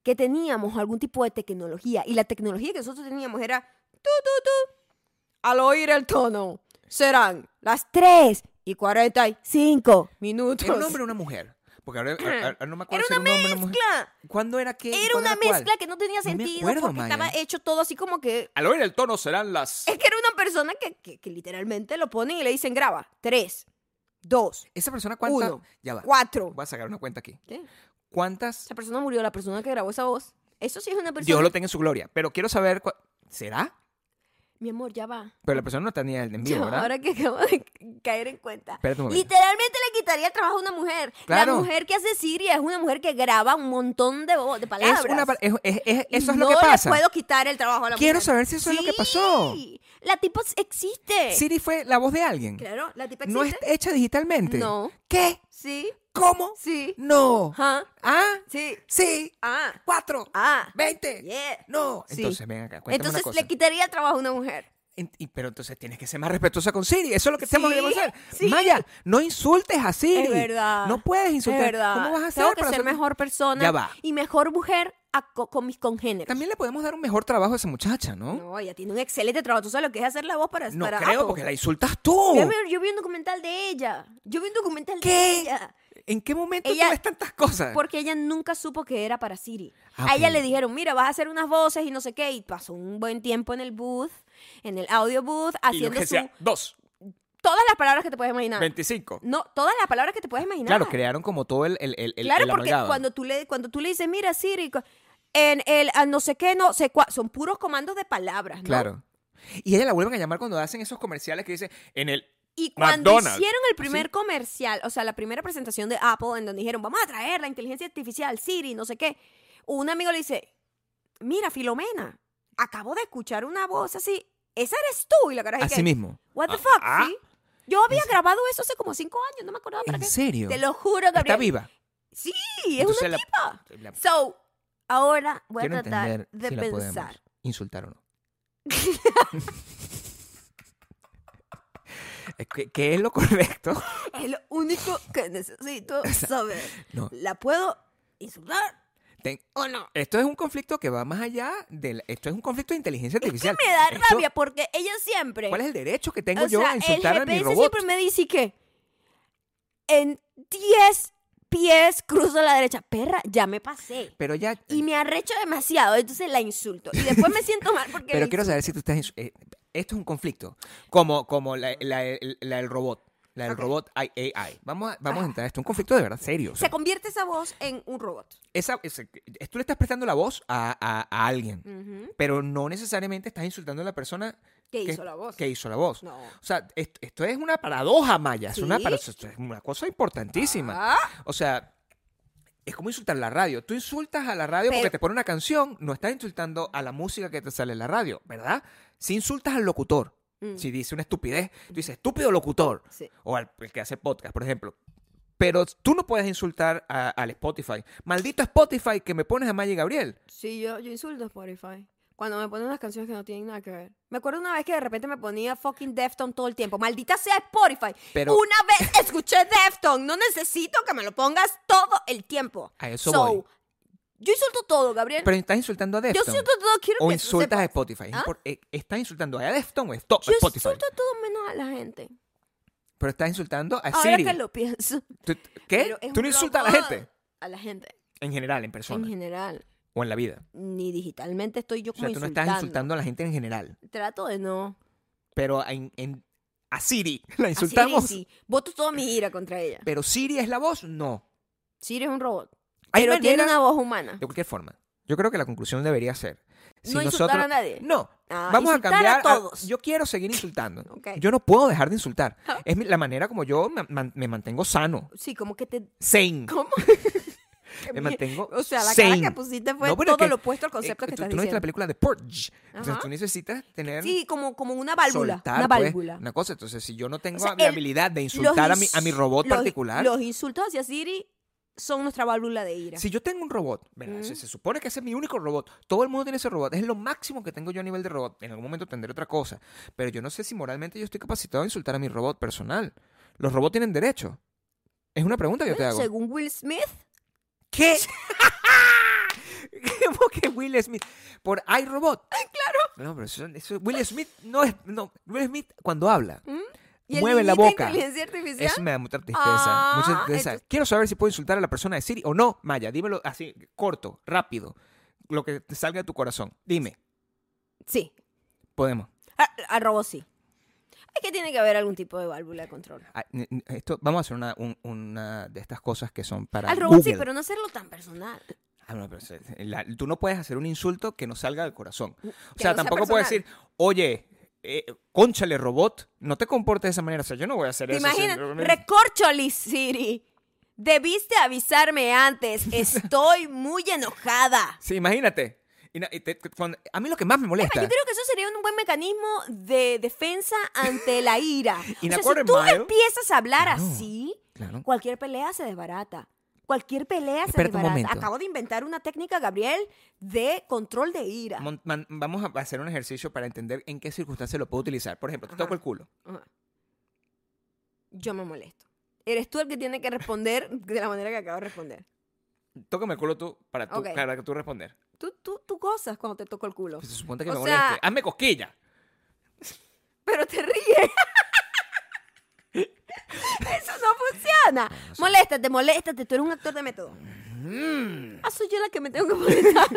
que teníamos algún tipo de tecnología y la tecnología que nosotros teníamos era tu, tu, tu. Al oír el tono, serán las 3 y 45 minutos.
¿Era un hombre o una mujer? Porque ahora, ahora- ahora no me
Era
acuerdo si
una
un hombre o una mujer.
mezcla.
¿Cuándo era qué?
Era
¿Cuándo
una
cuál?
mezcla que no tenía
No me
sentido
acuerdo,
porque
Maya.
estaba hecho todo así como que.
Al oír el tono serán las...
Es que era una persona que, que- que literalmente lo ponen y le dicen graba. 3, 2,
¿Esa persona cuánta?
Uno.
Ya va.
4.
Voy a sacar una cuenta aquí.
¿Qué?
¿Cuántas?
Esa persona murió, la persona que grabó esa voz. Eso sí es una persona.
Dios lo tenga en su gloria. Pero quiero saber... cua- ¿Será?
Mi amor, ya va.
Pero la persona no tenía el de en
No,
vivo, ¿verdad?
ahora que acabo de <laughs> caer en cuenta.
Espérate un momento.
Literalmente le quitaría el trabajo a una mujer.
Claro.
La mujer que hace Siria es una mujer que graba un montón de, vo- de palabras.
Es una pa- es- es- es-
Y
eso es
no
lo que
le
pasa.
puedo quitar el trabajo a la
Quiero
mujer.
saber si eso es lo que pasó.
Sí. La tipa existe.
Siri fue la voz de alguien.
Claro, la tipa
No es
existe.
hecha digitalmente.
No.
¿Qué?
Sí,
¿Cómo?
sí.
No.
Ajá.
¿Ah?
Sí.
Sí.
Ah.
Cuatro.
Ah.
Veinte.
Yeah.
No.
Sí.
Entonces, ven acá, cuéntame
Entonces
una cosa.
le quitaría el trabajo a una mujer.
En- y- pero entonces tienes que ser más respetuosa con Siri. Eso es lo que estamos
Sí,
hacer.
sí.
Maya, no insultes a Siri.
Es verdad.
No puedes
Es
insultar.
verdad.
¿Cómo vas a hacer
Tengo que
para
ser
hacer-
mejor persona
Ya va.
y mejor mujer a co- con mis congéneros.
También le podemos dar un mejor trabajo a esa muchacha, ¿no?
No, ella tiene un excelente trabajo. Tú sabes lo que es hacer la voz para.
No
para
creo,
Apple.
porque la insultas tú.
Mi amor, yo vi un documental de ella. Yo vi un documental de
¿Qué?
ella.
¿En qué momento
Ella-
tú ves tantas cosas?
Porque ella nunca supo que era para Siri.
Ah,
a ella
pues.
le dijeron, mira, vas a hacer unas voces y no sé qué. Y pasó un buen tiempo en el booth, en el audio booth,
Y lo
haciendo
que
su-
sea, dos,
todas las palabras que te puedes imaginar.
25.
No, todas las palabras que te puedes imaginar.
Claro, crearon como todo el, el, el, el-
Claro,
el
porque
amalgama.
cuando tú, le, cuando tú le dices, mira, Siri, cu- en el a no sé qué, no sé cuál, son puros comandos de palabras, ¿no?
Claro. Y ella la vuelven a llamar cuando hacen esos comerciales que dicen en el...
Y cuando
McDonald's.
hicieron el primer comercial, o sea, la primera presentación de Apple, en donde dijeron, vamos a traer la inteligencia artificial, Siri, no sé qué, un amigo le dice, mira, Filomena, acabo de escuchar una voz así, esa eres tú. Y la cara
Así mismo.
what the
Ah,
fuck,
ah.
sí? Yo había grabado eso hace como cinco años, no me acordaba para
¿En
qué.
serio?
Te lo juro, Gabriel.
Está viva.
Sí, es
Entonces
una
la-
tipa.
La-
So, ahora voy
quiero
a tratar
entender
de
si la podemos
pensar.
insultar o
<laughs>
no. Es que- ¿Qué es lo correcto?
Es lo único que
<laughs>
necesito saber.
No.
¿La puedo insultar
Ten-
o no?
Esto es un conflicto que va más allá del... Esto es un conflicto de inteligencia
Es que
artificial.
me da
Esto-
rabia porque ella siempre.
¿Cuál es el derecho que tengo
o
yo
sea,
a insultar
el
a mi
GPS
robot?
siempre me dice que en 10 pies cruzo a la derecha. Perra, ya me pasé.
Pero ya...
Y me arrecho demasiado, entonces la insulto. Y después me siento
<laughs>
mal porque.
Pero
la
quiero
insulto.
saber si tú estás... insu- eh, esto es un conflicto. Como, como la, la- el- la del robot. La del
Ok. Ah.
robot AI. Vamos a, vamos a entrar. Esto es un conflicto de verdad serio. O sea,
Se convierte esa voz en un robot.
esa, ese- tú le estás prestando la voz a, a- a alguien.
Ujú.
Pero no necesariamente estás insultando a la persona
Que hizo la voz.
que hizo la voz.
No.
O sea, esto, esto es una paradoja, Maya. Es, una,
Sí.
para- esto es una cosa importantísima.
Ah.
O sea, es como insultar la radio. Tú insultas a la radio
Pero-
porque te pone una canción, no estás insultando a la música que te sale en la radio, ¿verdad? Si insultas al locutor,
Mm.
si dice una estupidez, tú dices estúpido locutor,
Sí.
o al el que hace podcast, por ejemplo. Pero tú no puedes insultar a- al Spotify. Maldito Spotify que me pones a Maya y Gabriel.
Sí, yo, yo insulto a Spotify. Cuando me ponen unas canciones que no tienen nada que ver. Me acuerdo una vez que de repente me ponía fucking Defton todo el tiempo. Maldita sea Spotify.
Pero-
Una vez escuché Defton. No necesito que me lo pongas todo el tiempo.
A eso
So,
voy.
Yo insulto todo, Gabriel.
Pero estás insultando a
yo
Defton.
insulto todo. Quiero
O
que
insultas
sepas.
a Spotify. Es
¿Ah?
por- eh, ¿Estás insultando a Defton o a Sto-
Yo
Spotify?
insulto a todo menos a la gente.
Pero estás insultando a
Ahora
Siri.
que lo pienso.
Tú- ¿Qué?
Pero es
Tú no
un
insultas a la
robot.
gente.
A la gente.
En general, en
En
persona.
general.
o en la vida.
Ni digitalmente estoy yo
O
como
sea, tú no
insultando.
estás insultando a la gente en general.
Trato de no.
Pero en, en- a Siri <laughs>
A
la
Siri
insultamos.
sí. Voto toda mi ira contra ella.
Pero Siri es la voz, no.
Siri es un robot.
Hay
pero tiene
maneras-
una voz humana.
De cualquier forma. Yo creo que la conclusión debería ser. Si
no
nosotros...
insultar a nadie.
No,
Ah,
vamos a
insultar
cambiar.
a
a-
todos.
yo quiero seguir insultando.
<laughs> Ok.
Yo no puedo dejar de insultar.
Ah.
Es mi- la manera como yo me, man- me mantengo sano.
Sí, como que te.
Sane.
¿Cómo?
Me mantengo
O sea, la
sane.
cara que pusiste fue
No, pero es
todo
que-
lo opuesto al concepto
Eh,
que
tú,
estás
tú no viste
diciendo.
la película de Purge.
Ajá.
Entonces tú necesitas tener.
Sí, como, como una válvula.
soltar,
una
pues,
válvula.
una cosa. Entonces, si yo no tengo
sea,
mi
el-
habilidad de
Los
insultar a mi, a mi
ins-
robot
los-
particular.
Los insultos hacia Siri son nuestra válvula de ira.
Si yo tengo un robot, ¿verdad? Se,
Ujú.
se supone que ese es mi único robot. Todo el mundo tiene ese robot. Es lo máximo que tengo yo a nivel de robot. En algún momento tendré otra cosa. Pero yo no sé si moralmente yo estoy capacitado a insultar a mi robot personal. ¿Los robots tienen derecho? Es una pregunta que yo te
Bueno,
hago.
según Will Smith,
¿Qué? <laughs> ¿Cómo que Will Smith? Por iRobot. Claro. No, pero eso, eso- Will Smith no es. No, Will Smith cuando habla.
y el
Mueve la
niñito de
boca.
inteligencia artificial.
Eso me da mucha tristeza.
Ah,
mucha tristeza.
entonces-
Quiero saber si puedo insultar a la persona de Siri o no, Maya. Dímelo así, corto, rápido. Lo que te salga de tu corazón. Dime,
Sí.
podemos.
A- Al robot sí. Es que tiene que haber algún tipo de válvula de control.
Ah, n- n- Esto, vamos a hacer una, un- una de estas cosas que son para.
Al robot sí,
Google.
pero no hacerlo tan personal.
Ah, no, pero se- la- tú no puedes hacer un insulto que no salga del corazón. O
que
sea,
no sea
tampoco puedes
personal.
decir, oye, eh, conchale robot, no te comportes de esa manera. O sea, yo no voy a hacer
¿Te
eso.
imaginas?
sin-
Recorcholis Siri.
<laughs>
Debiste avisarme antes. Estoy muy enojada.
Sí, imagínate. Y na- y te- te- cuando- a mí lo que más me molesta.
Yo creo que eso sería un buen mecanismo de defensa ante la
<laughs>
ira.
In
o
a
sea, si
quarter
tú
mile-
empiezas a hablar
Claro,
así,
claro.
cualquier pelea se desbarata. Cualquier pelea se
Espérate un
desbarata.
momento.
Acabo de inventar una técnica, Gabriel, de control de ira.
Mon- man- vamos a hacer un ejercicio para entender en qué circunstancias lo puedo utilizar. Por ejemplo, te
Ajá.
toco el culo.
Ajá. Yo me molesto. Eres tú el que tiene que responder de la manera que acabo de responder.
Tócame el culo tú para, tú,
Ok.
para que tú responder.
Tú, tú, tú gozas cuando te toco el culo.
Pues se supone que
O
me
sea-
moleste. Hazme cosquilla.
Pero te
<laughs>
ríes. Eso no funciona. Moléstate, moléstate. Tú eres un actor de método.
Mm.
Ah, soy yo la que me tengo que
<laughs>
molestar.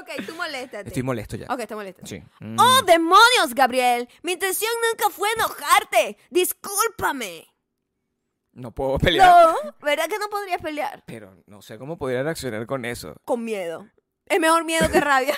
ok, tú moléstate.
Estoy molesto ya.
Ok, te molestas.
Sí. Mm.
¡Oh, demonios, Gabriel! Mi intención nunca fue enojarte. Discúlpame.
No puedo pelear.
No, ¿verdad que no podrías pelear?
Pero no sé cómo podría reaccionar con eso.
Con miedo. Es mejor miedo que rabia.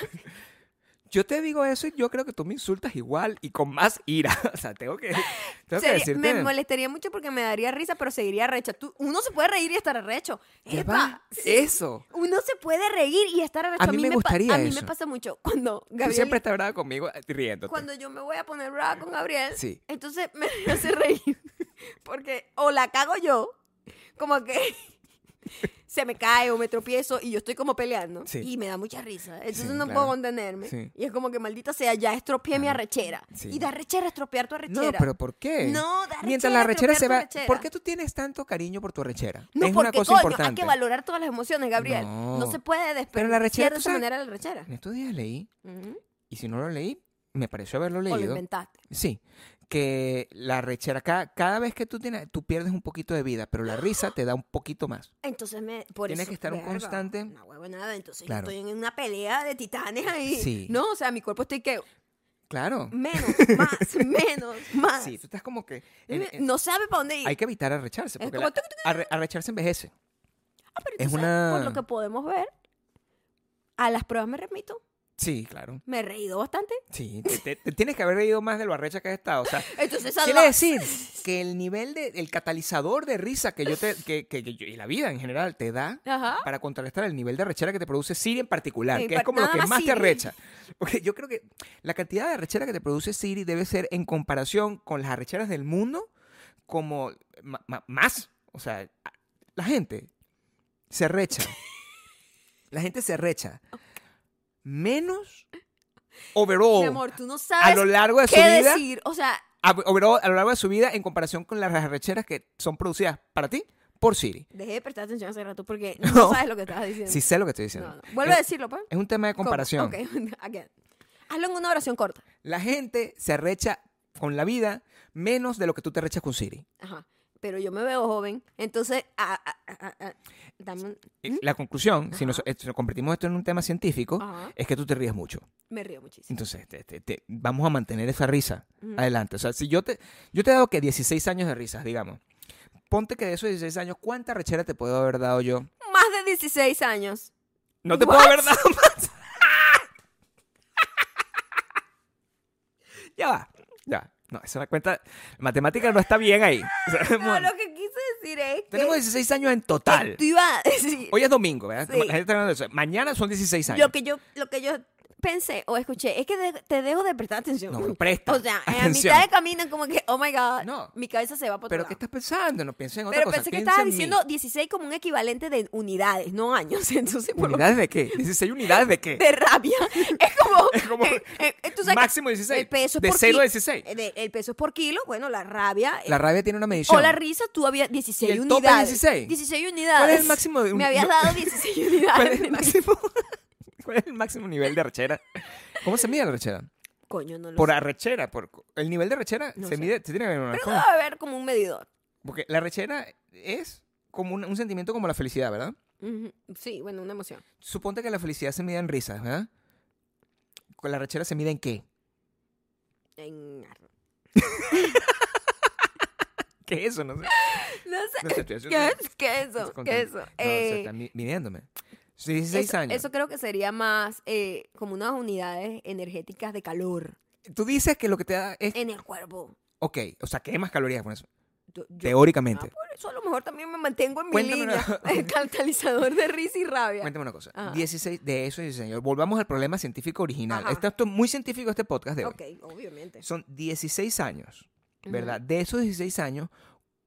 Yo te digo eso y yo creo que tú me insultas igual y con más ira. <laughs> O sea, tengo que, <laughs> tengo que
Sería-
decirte.
me molestaría mucho porque me daría risa, pero seguiría recha. Tú, uno se puede reír y estar arrecho.
¿Qué
Epa,
va?
sí.
Eso.
Uno se puede reír y estar arrecho.
A mí me
pa-
gustaría
A mí me
eso.
pasa mucho cuando
Tú
Gabriel...
siempre estás brava conmigo eh, riéndote.
Cuando yo me voy a poner brava con Gabriel,
Sí.
entonces me <laughs> hace reír. Porque o la cago yo, como que <laughs> se me cae o me tropiezo y yo estoy como peleando.
Sí.
Y me da mucha risa. Entonces
Sí,
no
claro.
puedo contenerme.
Sí.
Y es como que maldita sea, ya estropeé mi arrechera.
Sí.
Y da rechera estropear tu arrechera.
No, pero ¿por qué?
No, da
Mientras la
rechera
rechera se va.
estropear tu rechera.
¿Por qué tú tienes tanto cariño por tu rechera?
No,
es
porque
una cosa
coño, hay
importante.
que valorar todas las emociones, Gabriel. No,
No.
se puede desperdiciar
Pero la rechera,
de
tú
esa
sabes-
manera la rechera.
En estos días leí,
Ujú.
y si no lo leí, me pareció haberlo
O lo
leído.
inventaste.
Sí, que la rechera, ca- cada, vez que tú tienes, tú pierdes un poquito de vida, pero la risa te da un poquito más.
Entonces me por
Tienes
eso,
que estar un
verga,
constante-
No huevo nada, entonces
Claro.
yo estoy en una pelea de titanes ahí.
Sí.
No, o sea, mi cuerpo estoy que
Claro.
menos,
<laughs>
más, menos, Mm, más.
Sí, tú estás como que... en-
Me-
en-
no sabe para dónde ir.
hay que evitar arrecharse, porque
como
la-
tuc,
arre- arrecharse envejece.
Ah, pero
es
entonces,
una-
por lo que podemos ver, a las pruebas me remito.
Sí, claro.
Me he reído bastante.
Sí, te, te- te tienes que haber reído más de lo arrecha que has estado. O sea,
Entonces, a
Quiere
la-
decir que el nivel de, el catalizador de risa que yo te, que, que- que yo- y la vida en general te da
Ajá.
para contrarrestar el nivel de rechera que te produce Siri en particular,
En
que
par-
es como lo
nada
que
más
más te
Siri.
arrecha. Porque yo creo que la cantidad de arrechera que te produce Siri debe ser en comparación con las arrecheras del mundo como ma- ma- más, o sea, a- la gente
<laughs>
se recha. La gente se recha. Menos
Mi
overall
amor, tú no
Oh, a
sabes
lo largo de su
qué
vida
decir. O sea,
a, overall, a lo largo de su vida en comparación con las arrecheras que son producidas para ti por Siri.
dejé de prestar atención hace rato porque no,
No.
sabes lo que estabas diciendo.
Sí sé lo que estoy
No,
diciendo.
no. Vuelve a
es,
decirlo, pues.
es un tema de
¿Cómo?
comparación.
Ok, <laughs> again. Hazlo en una oración corta.
La gente se arrecha con la vida menos de lo que tú te arrechas con Siri.
Ajá. Pero yo me veo joven, entonces. ah, ah, ah, ah, dame un-
Y La conclusión, si nos, eh, si nos convertimos esto en un tema científico,
Ajá.
es que tú te ríes mucho.
Me río muchísimo.
Entonces, te- te- te- vamos a mantener esa risa
Mm.
adelante. O sea, si yo te, yo te he dado que 16 años de risas, digamos. Ponte que de esos 16 años, ¿cuánta rechera te puedo haber dado yo?
Más de 16 años.
No te puedo
What?
haber dado más. <laughs> ya va. Ya. No, esa es la cuenta. Matemática no está bien ahí. O sea,
No,
bueno,
Ah, lo que quise decir es que.
tenemos 16 años en
que
total.
tú ibas a decir.
Hoy es domingo, ¿verdad?
Sí.
La gente está hablando de eso. Mañana son 16 años.
Lo que yo, lo que yo pensé o escuché es que de- te dejo de prestar atención.
No, presta
<laughs> O sea, a
atención.
mitad de camino, es como que, oh my god,
No.
mi cabeza se va por
¿Pero
otro
qué
lado.
estás pensando? No pienses en otra
Pero
cosa.
pensé que
Piensa
estabas
en mí.
diciendo 16 como un equivalente de unidades, no años. <laughs> Entonces, por lo
¿Unidades de
<laughs>
qué? ¿16 unidades de qué?
de rabia. Es como.
Es como
eh, eh, tú sabes que
máximo 16.
El peso es
De
por
0 a
ki-
16.
eh, de- el peso es por kilo. Bueno, la rabia. eh,
La rabia tiene una medición.
o la risa, tú habías 16
¿Y el tope
unidades.
16?
16 unidades.
¿Cuál es el máximo de un-
Me habías
no-
dado 16
<laughs>
<laughs>
¿Cuál
unidades.
es el máximo? <laughs> ¿Cuál es el máximo nivel de rechera? ¿Cómo se mide la rechera?
Coño, no lo
Por
sé.
arrechera, por el nivel de rechera
No
se
sé.
mide, se tiene que ver una
Pero debe
forma.
haber como un medidor.
Porque la rechera es como un, un sentimiento como la felicidad, ¿verdad?
Ujú. Sí, bueno, una emoción.
Suponte que la felicidad se mide en risas, ¿verdad? Con la rechera se mide en qué?
En-
¿Qué es eso? No sé. <laughs>
No sé.
No sé, estoy haciendo-
¿Qué es? ¿Qué es eso?
estoy
¿Qué es
contando.
eso?
No,
Eh,
se está mi- midiéndome. 16
eso,
años.
eso creo que sería más eh, como unas unidades energéticas de calor
Tú dices que lo que te da es.
en el cuerpo.
Ok, o sea, quemas calorías con eso.
Yo- yo- Ah,
Teóricamente.
por eso a lo mejor también me mantengo en mi
Cuéntame una-
línea. <laughs> El catalizador de risa y rabia.
Cuéntame una cosa.
Ajá.
16 de eso, sí, señor. Volvamos al problema científico original.
Ah. Ajá.
Está esto muy científico este podcast de hoy.
ok, obviamente.
Son 16 años, ¿verdad? De esos 16 años,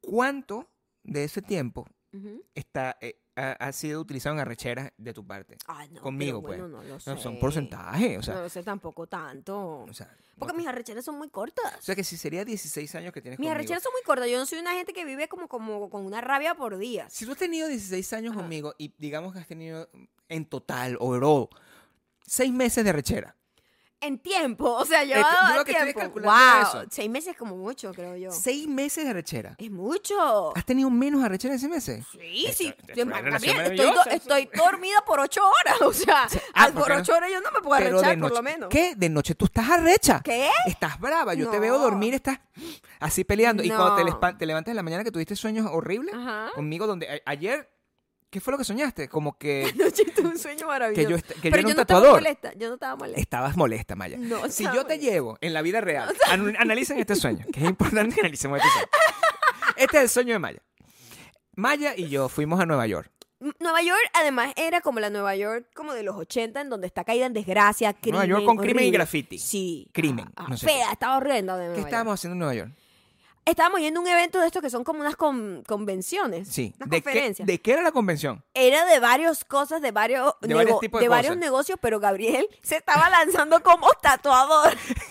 ¿cuánto de ese tiempo
Ujú.
está, eh, ha, ha sido utilizado en arrechera de tu parte?
Ah, no,
Conmigo,
pero bueno,
pues.
no lo
No, son
sé.
porcentajes, o sea.
no lo sé tampoco tanto.
o sea,
Porque
no-
mis arrecheras son muy cortas.
o sea, que si sería 16 años que tienes
Mis
conmigo.
arrecheras son muy cortas. Yo no soy una gente que vive como, como con una rabia por días.
Si tú has tenido 16 años
Ajá.
conmigo y digamos que has tenido mm, en total, overall, 6 meses de rechera.
En tiempo. O sea, yo,
Eh,
dado
yo lo
a
que estoy
tiempo.
calculando es
Wow,
eso.
Seis meses como mucho, creo yo.
6 meses de rechera.
Es mucho.
¿Has tenido menos arrechera de 6 meses?
Sí,
Esto-
sí.
esto Ah, es
Yo-
una
Gabriel,
relación
estoy, do-
maravillosa, eso-
estoy dormida por ocho horas. O sea,
ah,
al-
¿por
por
qué no?
ocho horas yo no me puedo arrechar, por lo menos.
¿Qué? De noche tú estás arrecha.
¿Qué? <laughs>
Estás brava. Yo te
No.
veo dormir, estás así peleando. Y cuando te,
No.
lespa- te levantas en la mañana que tuviste sueños horribles
Ajá.
conmigo, donde a- ayer, ¿qué fue lo que soñaste? Como
<laughs>
que
Anoche tuve un sueño maravilloso.
yo est- que yo
Pero
era
yo,
un
no
tatuador.
estaba molesta. Yo no estaba molesta.
estabas molesta, Maya.
No,
si
estaba
yo te
molesta.
llevo en la
<laughs>
vida real, anu- analicen este sueño, que es importante que analicemos este sueño. Este es el sueño de Maya. Maya y yo fuimos a Nueva York.
M- Nueva York, además, era como la Nueva York como de los 80, en donde está caída en desgracia, crimen.
Nueva York con crimen y
horrible.
graffiti.
Sí.
Crimen,
Ah, ah,
no sé
fea, estaba horrenda de Nueva
¿Qué
York.
estábamos haciendo en Nueva York?
Estábamos yendo a un evento de estos que son como unas con- convenciones.
Sí.
Unas
¿De qué,
conferencias.
¿De qué era la convención?
Era de varias cosas, de varios,
De varios
nego-
tipos de
varios
cosas.
negocios, pero Gabriel <laughs> se estaba lanzando como tatuador. <laughs>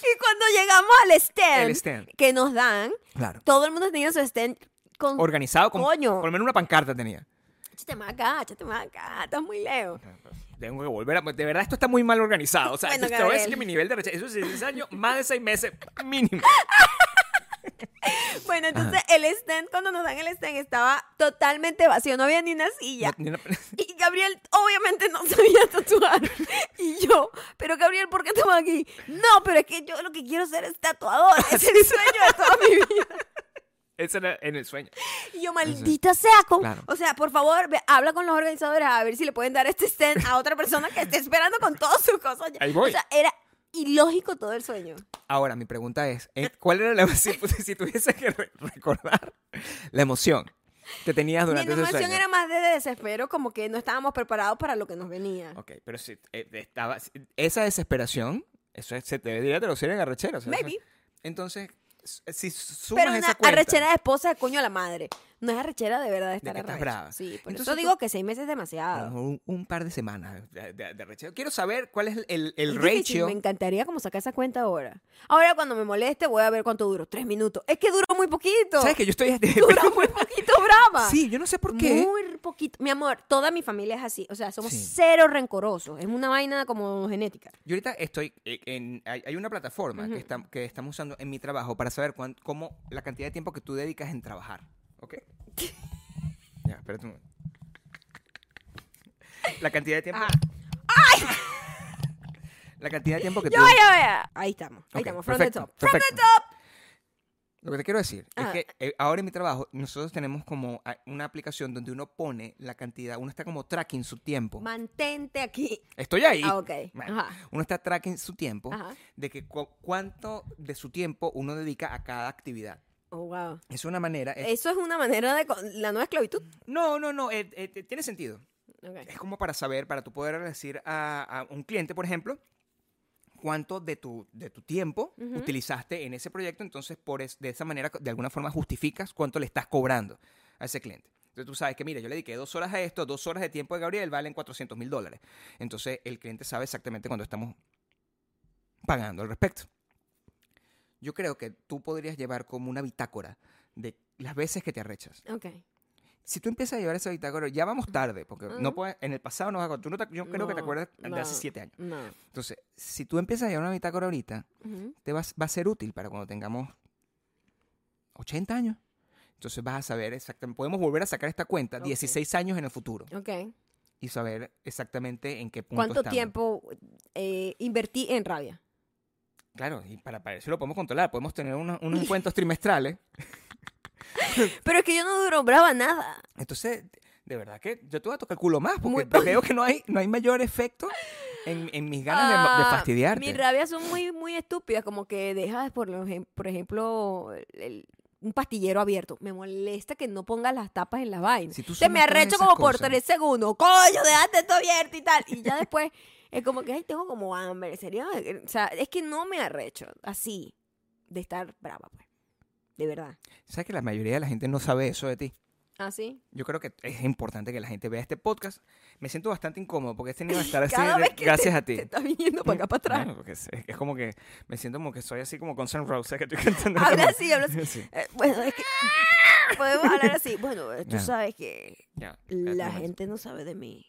y cuando llegamos al stand,
El stand.
que nos dan,
Claro.
todo el mundo tenía su stand con...
Organizado con
Coño.
por lo menos una pancarta tenía.
Échate más acá, échate más acá, estás muy lejos.
Tengo que volver a... De verdad, esto está muy mal organizado. O sea,
Bueno,
te voy a decir
Gabriel.
que mi nivel de rechazo... Eso es 16 años, más de 6 meses
<laughs>
<laughs> mínimo.
Bueno, entonces el stand, cuando nos dan el stand, estaba totalmente vacío, no había ni una silla.
No- ni una- <laughs>
Y Gabriel obviamente no <laughs> sabía tatuar. Y yo, pero Gabriel, ¿por qué estamos aquí? No, pero es que yo lo que quiero ser es
<laughs>
tatuador. Es el sueño de toda mi vida.
Eso era en el sueño.
Y yo, maldita sea. con-
Claro.
O sea, por favor, ve- habla con los organizadores a ver si le pueden dar este stand a otra persona que esté esperando con todas sus cosas. ya.
Ahí voy.
O sea, era ilógico todo el sueño.
Ahora, mi pregunta es, ¿en- ¿cuál era la emoción? <laughs> Si tuviese que re- recordar la emoción que tenías
Mi
Ah, durante ese
emoción
sueño.
era más de desespero, como que no estábamos preparados para lo que nos venía.
Ok, pero si eh, estaba... si- Esa desesperación, eso es- se te diría te lo sirven arrechera. o sea,
Maybe.
eso- Entonces, s- si sumas
Pero una
esa cuenta...
arrechera de esposa de coño a la madre. No es arrechera de verdad de estar
que estás
arrecha.
brava.
Sí, por
Entonces
eso
tú-
digo que seis meses es
a lo
demasiado.
mejor Un, un par de semanas de, de- de arrechera. Quiero saber cuál es el, el, el
Es difícil,
ratio...
Me encantaría como sacar esa cuenta ahora. Ahora cuando me moleste voy a ver cuánto duró. Tres minutos. Es que duró muy poquito.
¿Sabes que yo estoy...
<laughs>
<laughs> pues,
Duró muy poquito brava.
Sí, yo no sé por qué.
Muy poquito. Mi amor, toda mi familia es así. O sea, somos
Sí.
cero rencorosos. Es una vaina como genética.
Yo ahorita estoy eh, en... Hay, hay una plataforma que, estam- que estamos usando en mi trabajo para saber cuán- cómo la cantidad de tiempo que tú dedicas en trabajar. ¿Ok? ya, espérate un momento. La cantidad de tiempo...
Ajá.
<laughs> La cantidad de tiempo que
Yo
tú...
ya vea. Ahí estamos. Ahí
Ok,
estamos. From
perfecto,
the top. From
perfecto.
the top. Ah.
Lo que te quiero decir
Ajá.
es que eh, ahora en mi trabajo nosotros tenemos como ah, una aplicación donde uno pone la cantidad, uno está como tracking su tiempo.
Mantente aquí.
Estoy ahí.
Ah, ok.
Bueno,
Ajá.
Uno está tracking su tiempo
Ajá.
de que cu- cuánto de su tiempo uno dedica a cada actividad.
Oh, wow.
Es una manera. es-
Eso es una manera de... co- La nueva esclavitud.
No, no, no. eh, eh, eh, tiene sentido.
Ok.
Es como para saber, para tú poder decir a, a un cliente, por ejemplo, cuánto de tu, de tu tiempo utilizaste en ese proyecto. Entonces, por es- de esa manera, de alguna forma, justificas cuánto le estás cobrando a ese cliente. Entonces tú sabes que, mira, yo le dediqué dos horas a esto, dos horas de tiempo de Gabriel valen 400 mil dólares. Entonces el cliente sabe exactamente cuánto estamos pagando al respecto. Yo creo que tú podrías llevar como una bitácora de las veces que te arrechas
Ok.
si tú empiezas a llevar esa bitácora, ya vamos tarde, porque no
Ujú.
puedes, en el pasado no vas a acordar. Tú no te- yo creo que te
No,
acuerdas de hace
no.
siete años.
No.
Entonces, si tú empiezas a llevar una bitácora ahorita,
Ujú.
te vas, va a ser útil para cuando tengamos 80 años. Entonces vas a saber exactamente, podemos volver a sacar esta cuenta
Ok.
16 años en el futuro
Ok.
y saber exactamente en qué punto
¿Cuánto
estamos.
tiempo eh, invertí en rabia?
Claro, y para, para eso lo podemos controlar, podemos tener unos, unos
<laughs>
encuentros trimestrales.
Pero es que yo no duro brava nada.
<laughs> Entonces, de verdad que yo te voy a tocar culo más, porque
Muy-
veo que no hay, no hay mayor efecto en, en mis ganas de ma- de,
Ah,
fastidiarte.
Mis rabias son muy, muy estúpidas, como que dejas, por, lo ejem- por ejemplo, el- un pastillero abierto. Me molesta que no pongas las tapas en las vainas.
Si tú
Te
sumas
me
todas
arrecho
esas
como por
cosas.
tres segundos. ¡Coño, dejaste esto abierto y tal! Y ya después es como que, ay, tengo como hambre. Sería, o sea, es que no me arrecho así de estar brava, pues. De verdad.
¿Sabes que la mayoría de la gente no sabe eso de ti?
¿Así?
Yo creo que es importante que la gente vea este podcast. Me siento bastante incómodo porque he tenido
<laughs>
que estar así
Cada
de-
vez que
gracias
te-
a ti.
Te estás viniendo para acá, para atrás.
Bueno, porque es, es como que me siento como que soy así como con San Rosa que estoy <laughs> cantando.
Habla
como-
así, habla así.
<laughs> Sí,
Eh, bueno, es que podemos hablar así. Bueno, eh, tú
Ya.
sabes que
ya, espérate un
la
momento.
gente no sabe de
<laughs>
mí.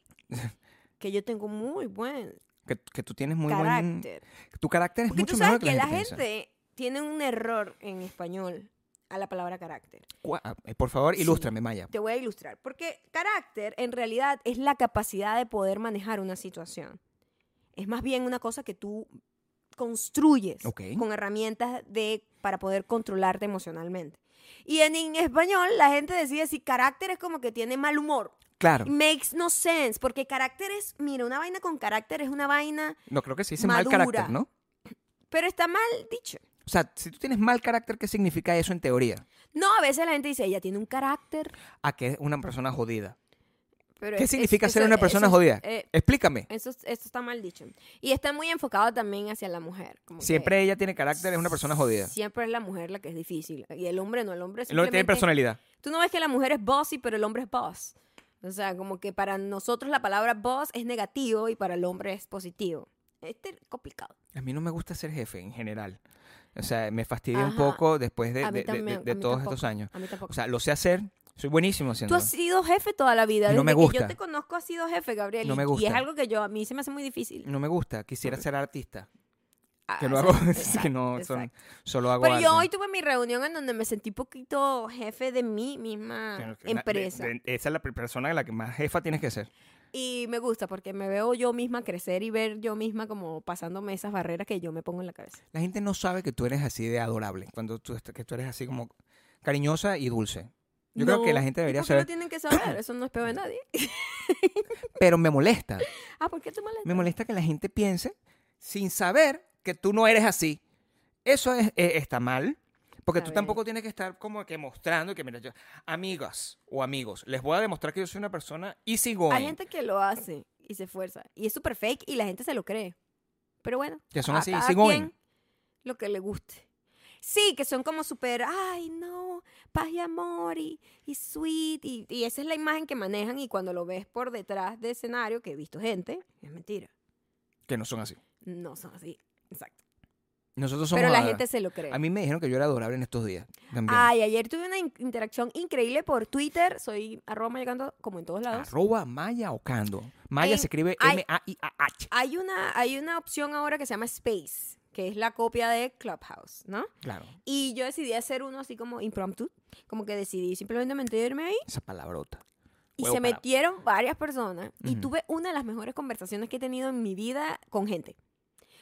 Que yo tengo muy buen
Que, que tú tienes muy
carácter.
buen... Tu carácter es
Porque
mucho
tú
mejor
sabes que,
que
la
piensa.
gente tiene un error en español a la palabra carácter.
Cua- ah, eh, Por favor,
Sí.
ilústrame, Maya.
Te voy a ilustrar. Porque carácter en realidad es la capacidad de poder manejar una situación. Es más bien una cosa que tú construyes
Ok.
con herramientas de, para poder controlarte emocionalmente. Y en, en español la gente decide si carácter es como que tiene mal humor.
Claro.
Makes no sense, porque carácter es, mira, una vaina con carácter es una vaina,
No, creo que se dice mal
Madura.
carácter, ¿no?
pero está mal dicho.
O sea, si tú tienes mal carácter, ¿qué significa eso en teoría?
No, a veces la gente dice, ella tiene un carácter.
A que es una persona jodida.
Pero
¿Qué
es- es-
significa ser
eso-
una persona
eso-
jodida?
eh,
Explícame.
Eso, es- esto está mal dicho. Y está muy enfocado también hacia la mujer. como que
Siempre ella tiene carácter, es una persona jodida.
Siempre es la mujer la que es difícil. Y el hombre no, el hombre
Lo que tiene
simplemente-
personalidad.
Tú no ves que la mujer es bossy, pero el hombre es boss. O sea, como que para nosotros la palabra boss es negativo y para el hombre es positivo. Este es complicado.
A mí no me gusta ser jefe en general. O sea, me fastidia un
Ajá.
poco después de,
A
de-
mí
de- de-
también,
de
a mí
todos
tampoco.
estos años.
A mí tampoco.
O sea, lo sé hacer, soy buenísimo
Tú
haciendo.
has sido jefe toda la vida.
Y
Desde
no me
que yo
gusta.
te conozco has sido jefe, Gabriel.
No
y-
me
Y es
gusta.
algo que yo, a mí se me hace muy difícil.
No me gusta, quisiera ser artista.
Ah,
Que lo hago, <laughs>
exacto,
que
exacto,
no, son-
exacto.
solo hago
Pero yo
arte.
hoy tuve mi reunión en donde me sentí poquito jefe de mi misma
Claro, que na- de-
empresa.
de- esa es la pri- persona en la que más jefa tienes que ser.
Y me gusta porque me veo yo misma crecer y ver yo misma como pasándome esas barreras que yo me pongo en la cabeza.
La gente no sabe que tú eres así de adorable, cuando tú, est- que tú eres así como cariñosa y dulce. Yo creo que
No,
la gente
¿y
debería
por qué lo
saber,
tienen que saber? Eso no es peor de nadie.
pero me molesta.
Ah, ¿por qué tú molestas?
Me molesta que la gente piense sin saber que tú no eres así. Eso es, eh, está mal. Porque
Está
tú
bien.
tampoco tienes que estar como que mostrando que, mira, yo, amigas o amigos, les voy a demostrar que yo soy una persona easy
Hay
going.
gente que lo hace y se esfuerza. Y es súper fake y la gente se lo cree. Pero bueno.
Que son
a
así,
cada
easy going.
quien Lo que le guste. Sí, que son como súper, ay, no, paz y amor y, y sweet. Y, y esa es la imagen que manejan. Y cuando lo ves por detrás de escenario, que he visto gente, es mentira.
Que no son así.
No son así. Exacto.
Nosotros somos
Pero la
adorables.
gente se lo cree.
A mí me dijeron que yo era adorable en estos días. También.
Ay, ayer tuve una in- interacción increíble por Twitter. Soy arroba mayacando como en todos lados.
Arroba Maya Ocando. Maya
En-
se escribe
ay.
M-A-I-A-H.
Hay una, hay una opción ahora que se llama Space, que es la copia de Clubhouse, ¿no?
Claro,
Y yo decidí hacer uno así como impromptu, como que decidí simplemente meterme ahí
esa palabrota.
y
Huevo
se
parado.
metieron varias personas y
Ujú.
tuve una de las mejores conversaciones que he tenido en mi vida con gente.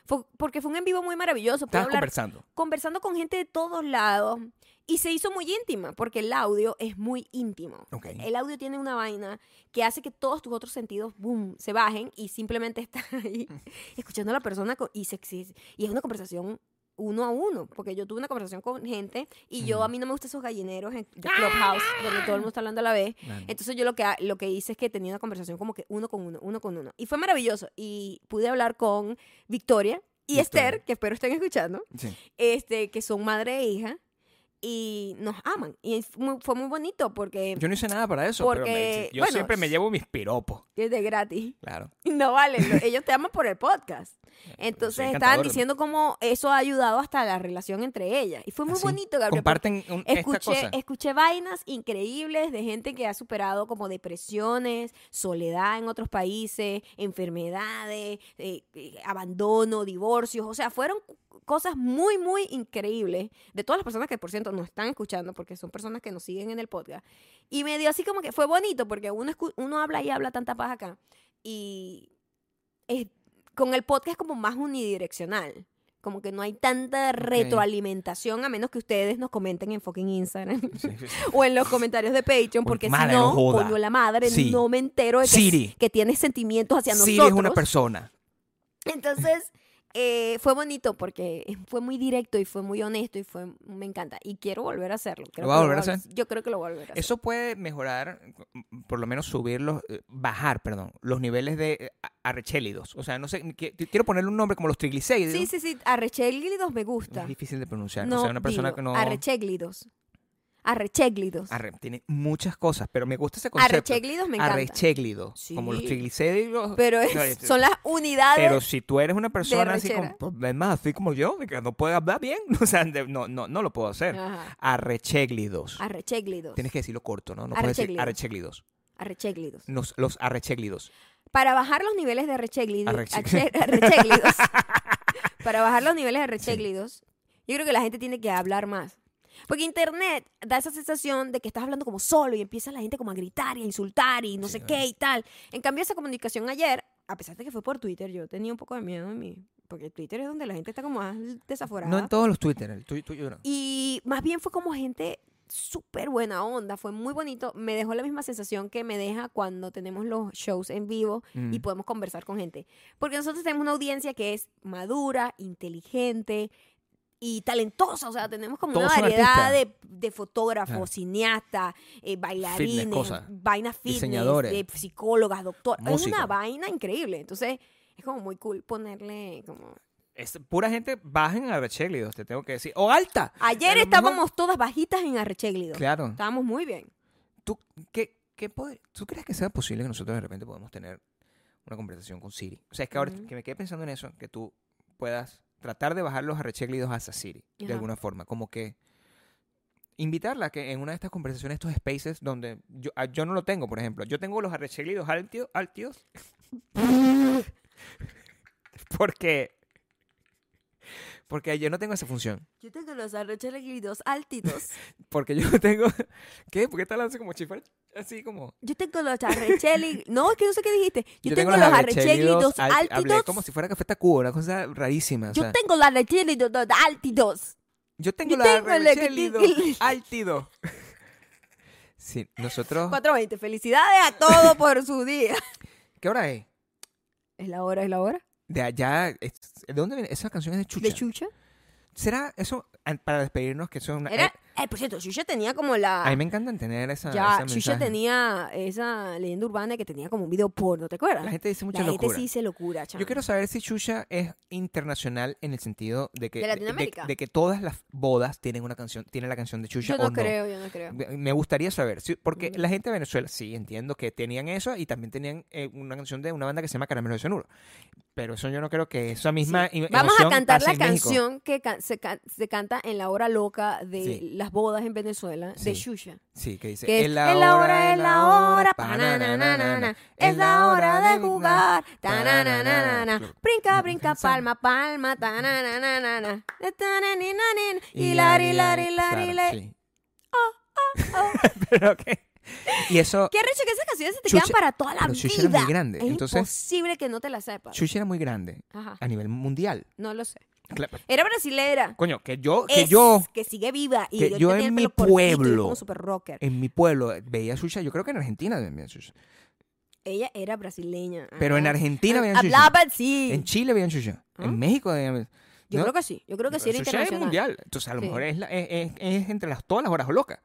Fue- porque fue un en vivo muy maravilloso. Pude
Estabas
hablar
conversando.
conversando con gente de todos lados y se hizo muy íntima porque el audio es muy íntimo.
Ok.
El audio tiene una vaina que hace que todos tus otros sentidos boom, se bajen y simplemente <laughs> estás ahí escuchando a la persona co- y, se, exi- y es una conversación uno a uno, porque yo tuve una conversación con gente y yo
Ujú.
a mí no me gustan esos gallineros en de Clubhouse donde todo el mundo está hablando a la vez.
Claro.
Entonces yo lo que, ha- lo que hice es que tenía una conversación como que uno con uno, uno con uno. Y fue maravilloso. Y pude hablar con Victoria y
Victoria.
Esther, que espero estén escuchando
Sí.
este, que son madre e hija y nos aman. Y es muy- fue muy bonito porque
Yo no hice nada para eso. pero me-
Porque,
yo
bueno,
siempre me llevo mis piropos.
es de gratis. <laughs>
Claro.
No vale, lo- ellos te aman por el podcast.
<laughs> soy
Entonces estaban
encantador.
diciendo cómo eso ha ayudado hasta la relación entre ellas. Y fue muy
Así.
bonito, Gabriel. porque
Comparten un- esta
Escuché,
cosa.
escuché vainas increíbles de gente que ha superado como depresiones, soledad en otros países, enfermedades, eh, eh, abandono, divorcios. O sea, fueron cu- cosas muy, muy increíbles de todas las personas que, por cierto, nos están escuchando porque son personas que nos siguen en el podcast. Y me dio así como que fue bonito porque uno, escu- uno habla y habla tanta paz acá. Y es- con el podcast es como más unidireccional. Como que no hay tanta retroalimentación a menos que ustedes nos comenten en fucking Instagram <laughs>
<laughs> Sí, sí, sí.
o en los comentarios de Patreon,
Oye,
porque
madre,
si no,
no joda.
coño la madre,
Sí.
no me entero de que,
Siri.
que tienes sentimientos hacia
Siri
nosotros.
es una persona.
Entonces, eh, fue bonito porque fue muy directo y fue muy honesto y fue, me encanta. Y quiero volver a hacerlo. Creo
¿Lo vas a
que
volver a
voy
hacer?
Yo creo que lo voy a volver a hacer.
Eso puede mejorar, mm, por lo menos subir los, eh, bajar, perdón, los niveles de eh, a- arrechélidos. O sea, no sé, qui- quiero ponerle un nombre como los triglicéridos.
Sí, sí, sí. Arrechéglidos me
Es
gusta.
difícil de pronunciar.
No,
o sea, una persona
digo,
que no...
Arrechéglidos. Arrechéglidos.
Arre- tiene muchas cosas, pero me gusta ese concepto.
Arrechéglidos me encanta.
Arrechéglido, como los
Sí.
triglicéridos.
Pero
No,
es-
es-
son las unidades.
pero si tú eres una persona así con
arrechera.
problemas, así como yo, de que no puede hablar bien, <laughs> o sea, de- no, no, no lo puedo hacer.
Ajá.
Arrechéglidos.
Arrechéglidos.
Tienes que decirlo corto, ¿no? No puedes decir arrechéglidos.
Arrechéglidos.
Nos- los arrechéglidos.
Para bajar los niveles de arrechéglidos.
Arreche-
arche-
<laughs>
arrechéglidos. para bajar los niveles de arrechéglidos, yo creo que la gente tiene que hablar más. Porque internet da esa sensación de que estás hablando como solo y empieza la gente como a gritar y a insultar y no
Sí,
sé
vale.
qué y tal. En cambio, esa comunicación ayer, a pesar de que fue por Twitter, yo tenía un poco de miedo en mí. Porque Twitter es donde la gente está como más desaforada.
No en todos los Twitter, el tuyo, tuyo no.
Y más bien fue como gente súper buena onda, fue muy bonito. Me dejó la misma sensación que me deja cuando tenemos los shows en vivo y
Mm.
podemos conversar con gente. Porque nosotros tenemos una audiencia que es madura, inteligente y talentosa. O sea, tenemos como
Todos
una
son
variedad de,
artistas.
de fotógrafos,
Claro.
cineastas, eh, bailarines,
cosas.
vainas fitness,
Diseñadores.
de psicólogas, doctoras. Es una
Músicos.
vaina increíble. Entonces, es como muy cool ponerle como...
Es pura gente, bajen arrechéglidos, te tengo que decir. ¡O alta!
Ayer
A lo
estábamos
mejor-
todas bajitas en arrechéglido.
Claro.
Estábamos muy bien.
¿Tú, qué, qué poder- ¿Tú crees que sea posible que nosotros de repente podamos tener una conversación con Siri? O sea, es que ahora
Ujú.
que me quedé pensando en eso, que tú puedas tratar de bajar los arrechéglidos hasta Siri, de
Ajá.
alguna forma, como que invitarla a que en una de estas conversaciones, estos spaces donde yo, ah, yo no lo tengo, por ejemplo, yo tengo los arrechéglidos altios, altios <laughs> porque porque yo no tengo esa función,
Yo tengo los arrechéglidos altitos.
porque yo no tengo <laughs> ¿qué? ¿Por qué tal así como chifar? Así como
<laughs> Yo tengo los arrechéglidos. No, es que no sé qué dijiste. Yo, tengo, los arrechéglidos
arrechéglidos al- Hablé
altitos.
como si fuera Café Tacuba, una cosa rarísima. o
Yo
sea,
tengo los arrechéglidos altitos.
yo tengo
yo
la
tengo el-
arrechélido
<laughs>
altido. Sí, nosotros...
420. Felicidades a
<laughs>
todos por su día.
¿Qué hora es?
¿Es la hora? ¿Es la hora?
De allá... es- ¿De dónde viene? Esa canción es de Chucha.
¿De Chucha?
¿Será eso? an- Para despedirnos, que eso es una...
Era,
eh,
eh, por cierto, Chucha tenía como
a mí
la...
me encanta tener esa...
Ya,
ese
Chucha
mensaje.
tenía esa leyenda urbana que tenía como un video porno, ¿te acuerdas?
La gente dice mucha
La gente
locura.
sí se locura, chamo.
Yo quiero saber si Chucha es internacional en el sentido de que...
¿De Latinoamérica?
De, de que todas las bodas tienen una canción, tienen la canción de
Yo
Chucha o
no
no.
creo, yo no creo.
Me me gustaría saber, sí, porque
Mm.
la gente de Venezuela, sí, entiendo que tenían eso y también tenían eh, una canción de una banda que se llama Caramelo de Cianuro. Pero eso yo no creo que esa misma.
Sí.
i-
Vamos a
emoción
cantar
pase
la
en México.
canción que can- se, can- se canta en la hora loca de
Sí.
las bodas en Venezuela de
Sí.
Xuxa.
Sí, que dice.
Que es, "Es la hora, es la hora, pa, na, na, na, na, na, es la hora de jugar, ta, na, na, na, na, na, brinca, brinca, palma, palma, ta, na, na, na, na, na, eh, ta, na, ni, na, ni,
Y
hilar, hilar, hilar, hilar.
<laughs> Pero que. Y eso.
"Oh, Qué arrecho que esas canciones se te
Chucha-
quedan para toda la
pero
vida.
Xuxa era muy grande,
es
entonces-
imposible que no te la sepas.
Chucha era muy grande
Ajá,
a nivel mundial.
no lo sé.
Claro,
Era brasilera.
Coño, que yo, que
Es,
yo,
que sigue viva y
que
ahorita
yo
tiene
en
el
mi
pelo cortito y es
pueblo-
como super rocker.
en mi pueblo, veía a Xuxa. Yo creo que en Argentina también veía a Xuxa.
Ella era brasileña.
Pero en
ajá.
Argentina
Ah,
veían Xuxa.
Hablaba sí.
En Chile veían Xuxa.
¿Ah?
En México veían.
Yo
¿no?
creo que sí. Yo creo que sí era
Pero Xuxa es
internacional.
mundial. Entonces, a lo
Sí.
mejor es, la- es- es- es entre las, todas las horas locas.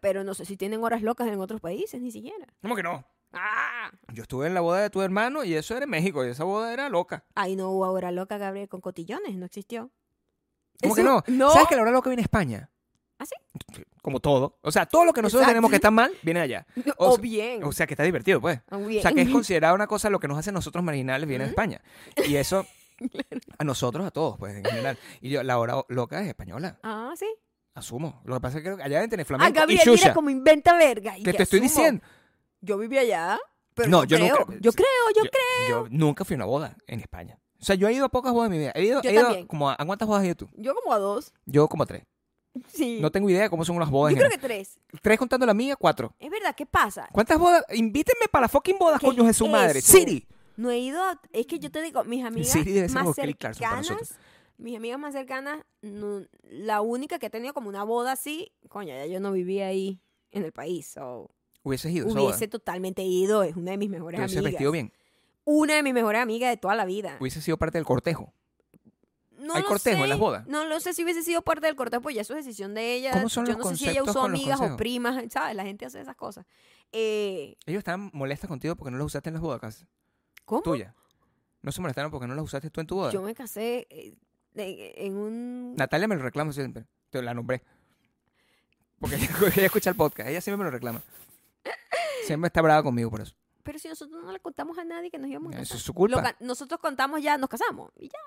Pero no sé si tienen horas locas en otros países, ni siquiera.
¿Cómo que no?
¡Ah!
Yo estuve en la boda de tu hermano y eso era en México y esa boda era loca.
Ahí no hubo hora loca, Gabriel, con cotillones. No existió.
¿Cómo que no?
Eso- ¿No?
¿Sabes que la hora loca viene a España?
¿Ah, sí?
Como todo. O sea, todo lo que nosotros
Exacto.
tenemos que está mal viene allá.
O,
o sea-
bien.
O sea, que está divertido, pues.
o
O
bien.
sea, que es considerada una cosa lo que nos hace nosotros marginales viene de
Ujú.
España. Y
<laughs>
eso a nosotros, a todos, pues, en general. Y yo, la hora loca es española,
Ah, sí.
asumo. Lo que pasa es que allá deben tener
Ah,
flamenco y
Gabriel, mira
Xuxa.
como inventa verga. y
Que
que
te estoy
asumo.
diciendo.
Yo viví allá, pero
No,
no,
yo
creo.
nunca-
Yo creo, yo, creo.
creo. Yo nunca fui a una boda en España. O sea, yo he ido a pocas bodas en mi vida. He ido,
Yo
he ido
también.
como a, ¿a cuántas bodas has ido tú?
Yo como a dos.
Yo como a tres.
Sí.
No tengo idea de cómo son las bodas.
yo
en
creo
general.
que tres.
Tres contando la mía, cuatro.
Es verdad, ¿qué pasa?
¿Cuántas bodas? Invítenme para la fucking bodas,
¿Qué
coño de su
es
madre.
eso?
Siri.
No he ido a- Es que yo te digo, mis amigas
Siri debe ser
más
algo que, claro, son para nosotros.
cercanas... Mis amigas más cercanas, no- la única que ha tenido como una boda así... Coño, ya yo no vivía ahí en el país. so,
Hubieses ido. a esa boda.
hubiese totalmente ido. Es una de mis
Te
mejores
hubieses
amigas.
vestido bien.
una de mis mejores amigas de toda la vida.
Hubiese sido parte del cortejo.
No
¿Hay
lo
cortejo en
sé,
las bodas?
No lo sé si hubiese sido parte del cortejo, pues ya eso es decisión de ella.
¿Cómo son
Yo
los
no sé si ella
conceptos
usó
con los
amigas o
consejos?
primas, ¿sabes? La gente hace esas cosas. Eh,
Ellos estaban molestas contigo porque no los usaste en las bodas, casi.
¿Cómo?
Tuya. No se molestaron porque no los usaste tú en tu boda.
Yo me casé eh, de- en un...
Natalia me lo reclama siempre. Te la nombré. Porque <laughs> ella escucha el podcast. Ella siempre me lo reclama. Siempre está brava conmigo por eso.
Pero si nosotros no le contamos a nadie que nos íbamos a casar.
Eso es su
Lo
culpa.
ca- nosotros contamos ya, nos casamos y ya.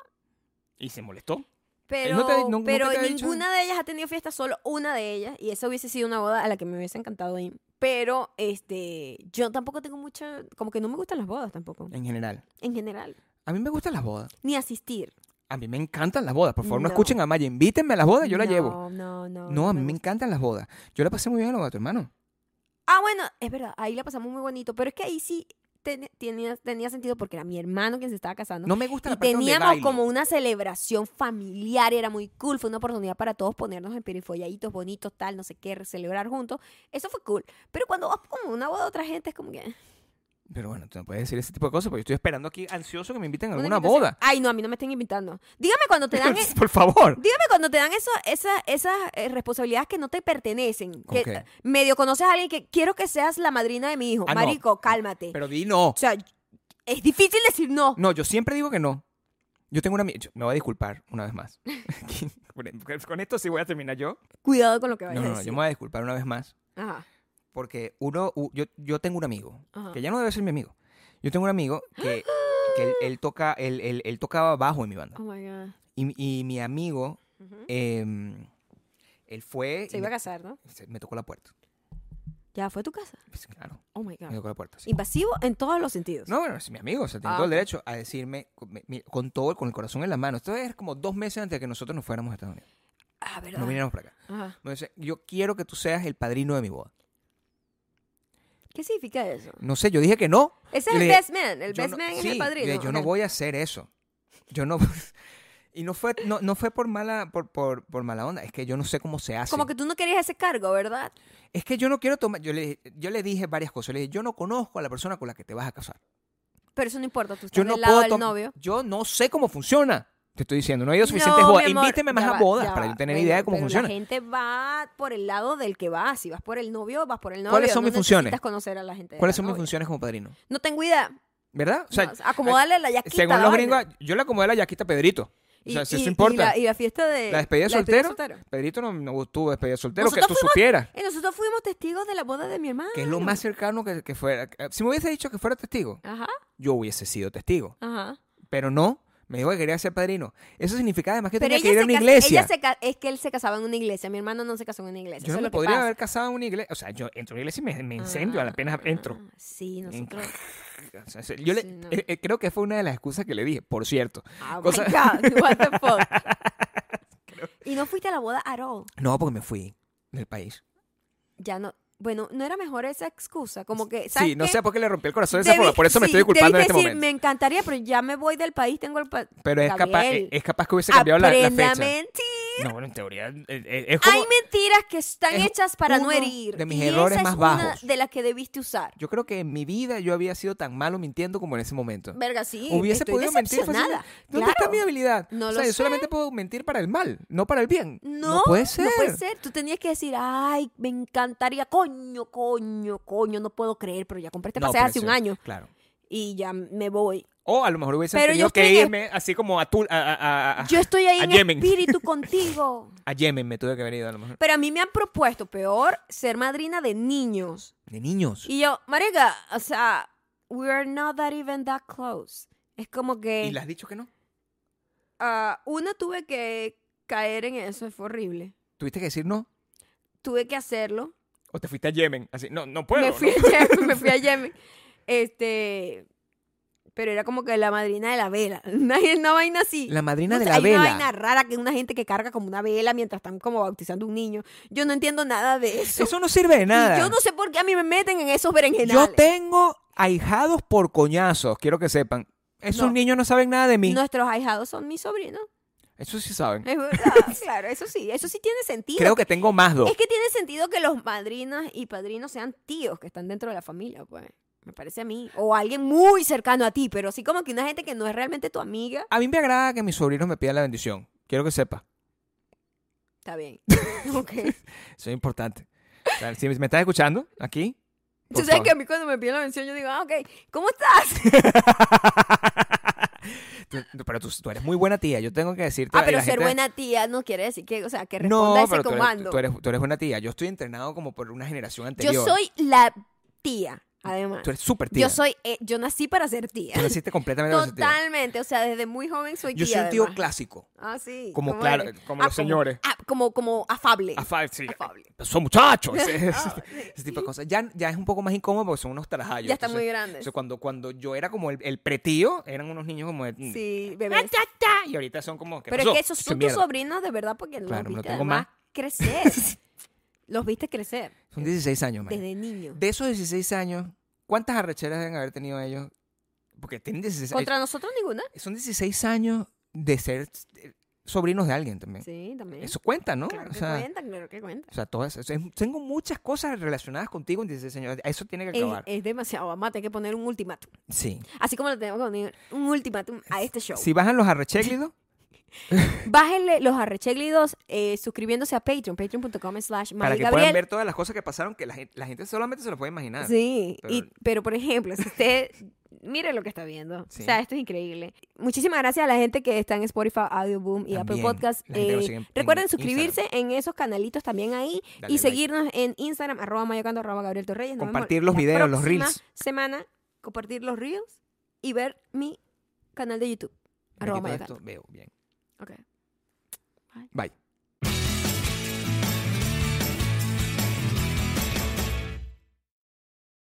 Y se molestó.
Pero,
Eh, no te- no- nunca
pero
te ha dicho-
ninguna de ellas ha tenido fiesta, solo una de ellas. Y esa hubiese sido una boda a la que me hubiese encantado ir. Pero este, yo tampoco tengo mucha... Como que no me gustan las bodas tampoco,
En general.
en general.
A mí me gustan las bodas.
Ni asistir.
A mí me encantan las bodas. Por favor, no,
No.
escuchen a Maya. Invítenme a las bodas, yo la llevo.
No, no, no.
No, a mí me
gusta.
encantan las bodas. Yo la pasé muy bien en la boda de tu hermano.
Ah, bueno, es verdad, ahí la pasamos muy bonito. Pero es que ahí sí ten- tenía, tenía sentido porque era mi hermano quien se estaba casando.
No me gusta
Y
la parte donde
teníamos
bailo.
como una celebración familiar, era muy cool, fue una oportunidad para todos ponernos en perifolladitos bonitos, tal, no sé qué, celebrar juntos. Eso fue cool. Pero cuando vas como a una boda de otra gente es como que... eh,
Pero bueno, tú no puedes decir ese tipo de cosas porque yo estoy esperando aquí ansioso que me inviten a
una
alguna
invitación.
boda.
Ay, no, a mí no me estén invitando. Dígame cuando te dan...
<laughs>
e,
Por favor.
Dígame cuando te dan eso, esa- esas eh, responsabilidades que no te pertenecen. Que
Ok.
eh, medio conoces a alguien que quiero que seas la madrina de mi hijo.
Ah, no.
Marico, cálmate.
Pero di no.
O sea, es difícil decir no.
No, yo siempre digo que no. Yo tengo una amiga, me voy a disculpar una
<laughs>
vez más. <laughs> Con esto sí voy a terminar yo.
Cuidado con lo que
No,
vayas
no,
a
no,
decir.
yo me voy a disculpar una vez más.
Ajá,
Porque uno, u- yo, yo tengo un amigo,
ajá.
que ya no debe ser mi amigo. Yo tengo un amigo que, que él, él toca, él, él- él tocaba bajo en mi banda.
Oh, my God.
Y, y mi amigo,
Ujú.
em, él fue...
Se
y
iba a
me,
casar, ¿no?
se- me tocó la puerta.
Ya fue a tu casa.
Pues, claro,
Oh my
me
God.
tocó la puerta. sí.
Invasivo en todos los sentidos.
No, bueno, es mi amigo, o sea, tiene
Ah,
todo el
ok.
derecho a decirme con, mi- mi- con todo, con el corazón en la mano. Esto es como dos meses antes de que nosotros nos fuéramos a Estados Unidos.
Ah, ¿verdad?
No viniéramos para acá.
Ajá.
Me dice, yo quiero que tú seas el padrino de mi boda.
¿Qué significa eso?
No sé, yo dije que no.
Ese es
Yo
el
le dije,
best man. El
Yo
best
no-
man es
sí,
el padrino.
le- Yo no
Ok.
voy a hacer eso. Yo no. <laughs> Y no fue, no, no fue por mala, por, por, por mala onda. Es que yo no sé cómo se hace.
Como que tú no querías ese cargo, ¿verdad?
Es que yo no quiero tomar. Yo le, yo le dije varias cosas. Le dije, yo no conozco a la persona con la que te vas a casar.
Pero eso no importa. Tú estás
Yo no
del lado
puedo
del
tom-
novio.
Yo no sé cómo funciona. Te estoy diciendo, no he ido a suficientes
No, mi
bodas.
amor,
Invíteme más
ya
a
va,
bodas
ya
para yo
va.
tener
Bueno,
idea de cómo
pero
funciona.
La gente va por el lado del que va. Si vas por el novio, vas por el novio.
¿Cuáles son
no
mis funciones?
necesitas conocer a la gente. de
¿Cuáles
la
son mis
novia.
funciones como padrino?
No tengo idea.
¿Verdad? O sea, eh,
No, acomodarle la yaquita.
según
la
los
vaina.
gringos, yo le acomodé la yaquita a Pedrito. O sea, si eso
Y
importa.
la, y la fiesta de.
La despedida de soltero. Pedrito no, no tuvo despedida de soltero, que
Nosotros
tú
fuimos-
supieras.
Y nosotros fuimos testigos de la boda de mi hermano.
Que es lo más cercano que, que fuera. Si me hubiese dicho que fuera testigo,
Ajá,
yo hubiese sido testigo.
ajá.
Pero no, me dijo que quería ser padrino. Eso significaba además que
Pero
tenía
ella
que ir a
se
una
cas-
iglesia.
ella se ca- es que él se casaba en una iglesia. Mi hermano no se casó en una iglesia. eso
Yo no
es
me
lo que
podría
pasa.
haber casado en una iglesia. O sea, yo entro a una iglesia y me, me incendio
Ah,
apenas entro.
ah, Sí, nosotros.
O sea, se- yo le-
Sí, no.
eh, eh, creo que fue una de las excusas que le dije, por cierto.
Ah, my
Cosa-
God, what the fuck.
<laughs>
y no fuiste a la boda at all.
No, porque me fui del país.
Ya no. Bueno, no era mejor esa excusa. Como que. ¿sabes
Sí, no
qué?
sé por qué le rompí el corazón de esa
Debí-
forma. Por eso me
sí,
estoy disculpando en
debiste
este
decir,
momento.
Me encantaría, pero ya me voy del país. Tengo el. Pa
Pero es capaz,
Gabriel,
es capaz que hubiese cambiado la, la
aprenda a
fecha.
mentir.
No, bueno, en teoría eh, eh, es como...
Hay mentiras que están
es
hechas para no
uno
herir.
de mis
y
errores
esa
más
es una
bajos.
de las que debiste usar.
Yo creo que en mi vida yo había sido tan malo mintiendo como en ese momento.
Verga, sí.
Hubiese
estoy
podido mentir
decepcionada.
fácilmente. ¿Dónde está
Claro.
mi habilidad?
No
o
lo
sea, yo
sé.
solamente puedo mentir para el mal, no para el bien.
No,
puede ser.
No puede ser. Tú tenías que decir, ay, me encantaría, coño, coño, coño, no puedo creer, pero ya compré este
No,
pasaje
pero
hace un
sí,
año
Claro.
y ya me voy.
O a lo mejor hubiese
Pero yo
tenido que
estoy en-
irme así como a, Tul- a, a- a- a-
Yo estoy ahí
a
en
Yemen. <laughs>
espíritu contigo.
a Yemen, me tuve que haber ido a lo mejor.
Pero a mí me han propuesto, peor, ser madrina de niños.
De niños. Y,
Y yo, marica, o sea, we are not that even that close. Es como que...
le has dicho que no?
Ah, una tuve que caer en eso, fue horrible.
¿Tuviste que decir no?
Tuve que hacerlo.
¿O te fuiste a Yemen? Así, no, no puedo.
me,
¿no?
fui a Yemen, me fui a Yemen. Este. Pero era como que la madrina de la vela. <laughs> Una, una vaina así.
La madrina
O
de
sea,
la
hay
vela.
una vaina rara que una gente que carga como una vela mientras están como bautizando un niño. Yo no entiendo nada de eso.
Eso no sirve de nada.
Y yo no sé por qué a mí me meten en esos berenjenales.
Yo tengo ahijados por coñazos, quiero que sepan. Esos
No.
niños no saben nada de mí.
Nuestros ahijados son mis sobrinos.
Eso sí saben. <laughs>
Es verdad, claro, eso sí. Eso sí tiene sentido.
Creo que tengo más dos.
Es que tiene sentido que los madrinas y padrinos sean tíos que están dentro de la familia, pues. Me parece a mí. O alguien muy cercano a ti, pero así como que una gente que no es realmente tu amiga.
A mí me agrada que mis sobrinos me pidan la bendición. Quiero que sepa.
Está bien. <laughs>
<laughs>
ok.
Eso es importante. O sea, si me estás escuchando aquí. por
Tú sabes
favor.
que a mí cuando me piden la mención yo digo, ah, ok, ¿cómo estás?
Tú- tú- pero tú, tú eres muy buena tía. Yo tengo que decirte.
Ah,
y
pero
la
ser
gente-
buena tía no quiere decir que, o sea, que responda a
No,
ese
pero tú eres,
comando.
tú, eres, tú eres buena tía. Yo estoy entrenado como por una generación anterior.
yo soy la tía, además.
Tú eres súper tía.
Yo soy, eh, yo nací para ser tía.
Tú naciste completamente tía.
Totalmente, o sea, desde muy joven soy
Yo
tía.
soy un tío
además.
clásico.
Ah, sí.
Como
¿cómo
claro,
eres?
como los señores.
ah, como, como afable.
Afa- sí.
Afable. <laughs>
Son muchachos. Ese, ese-
Ah,
ese tipo de cosas. Ya, ya es un poco más incómodo porque son unos trajayos.
Ya están
Entonces,
muy grandes.
o sea, cuando, cuando yo era como el, el pretío, eran unos niños como de. mm,
Sí,
ta,
bebés.
ta, ta, Y ahorita son como.
Pero es que esos son tus
mierda.
sobrinos de verdad porque
Claro,
los
no
viste
tengo
además
más. <laughs>
crecer. los viste crecer
Son 16 años, man.
desde niño.
De esos 16 años, ¿cuántas arrecheras deben haber tenido ellos? Porque tienen 16
Contra nosotros ninguna.
Son 16 años de ser eh, sobrinos de alguien también.
Sí, también.
Eso cuenta, ¿no?
claro
o
que
sea,
cuenta, claro que cuenta.
o sea, todas esas- es- tengo muchas cosas relacionadas contigo en 16 años. Eso tiene que
Es,
acabar.
es demasiado, mamá, hay que poner un ultimátum.
sí.
Así como le tenemos que poner un ultimátum a este show.
Si bajan los arrechéglidos,
Bájenle los arrechéglidos eh, suscribiéndose a Patreon, patreon.com slash
para que puedan
Gabriel.
ver todas las cosas que pasaron que la gente, la gente solamente se lo puede imaginar.
Sí,
Ah, Pero-
y- pero por ejemplo, si usted <laughs> mire lo que está viendo,
Sí.
o sea, esto es increíble. Muchísimas gracias a la gente que está en Spotify, Audioboom y Apple
También,
Podcast.
la gente que nos
Eh,
sigue en-
recuerden
en
suscribirse en esos canalitos también ahí
Dale
y
like.
seguirnos en Instagram, arroba mayocando, arroba Gabriel Torreyes. Nos vemos
Compartir los
la
videos, los
próxima
reels.
semana, compartir los reels y ver mi canal de YouTube,
Me
arroba
quito
mayocando.
esto, veo bien.
Ok.
Bye.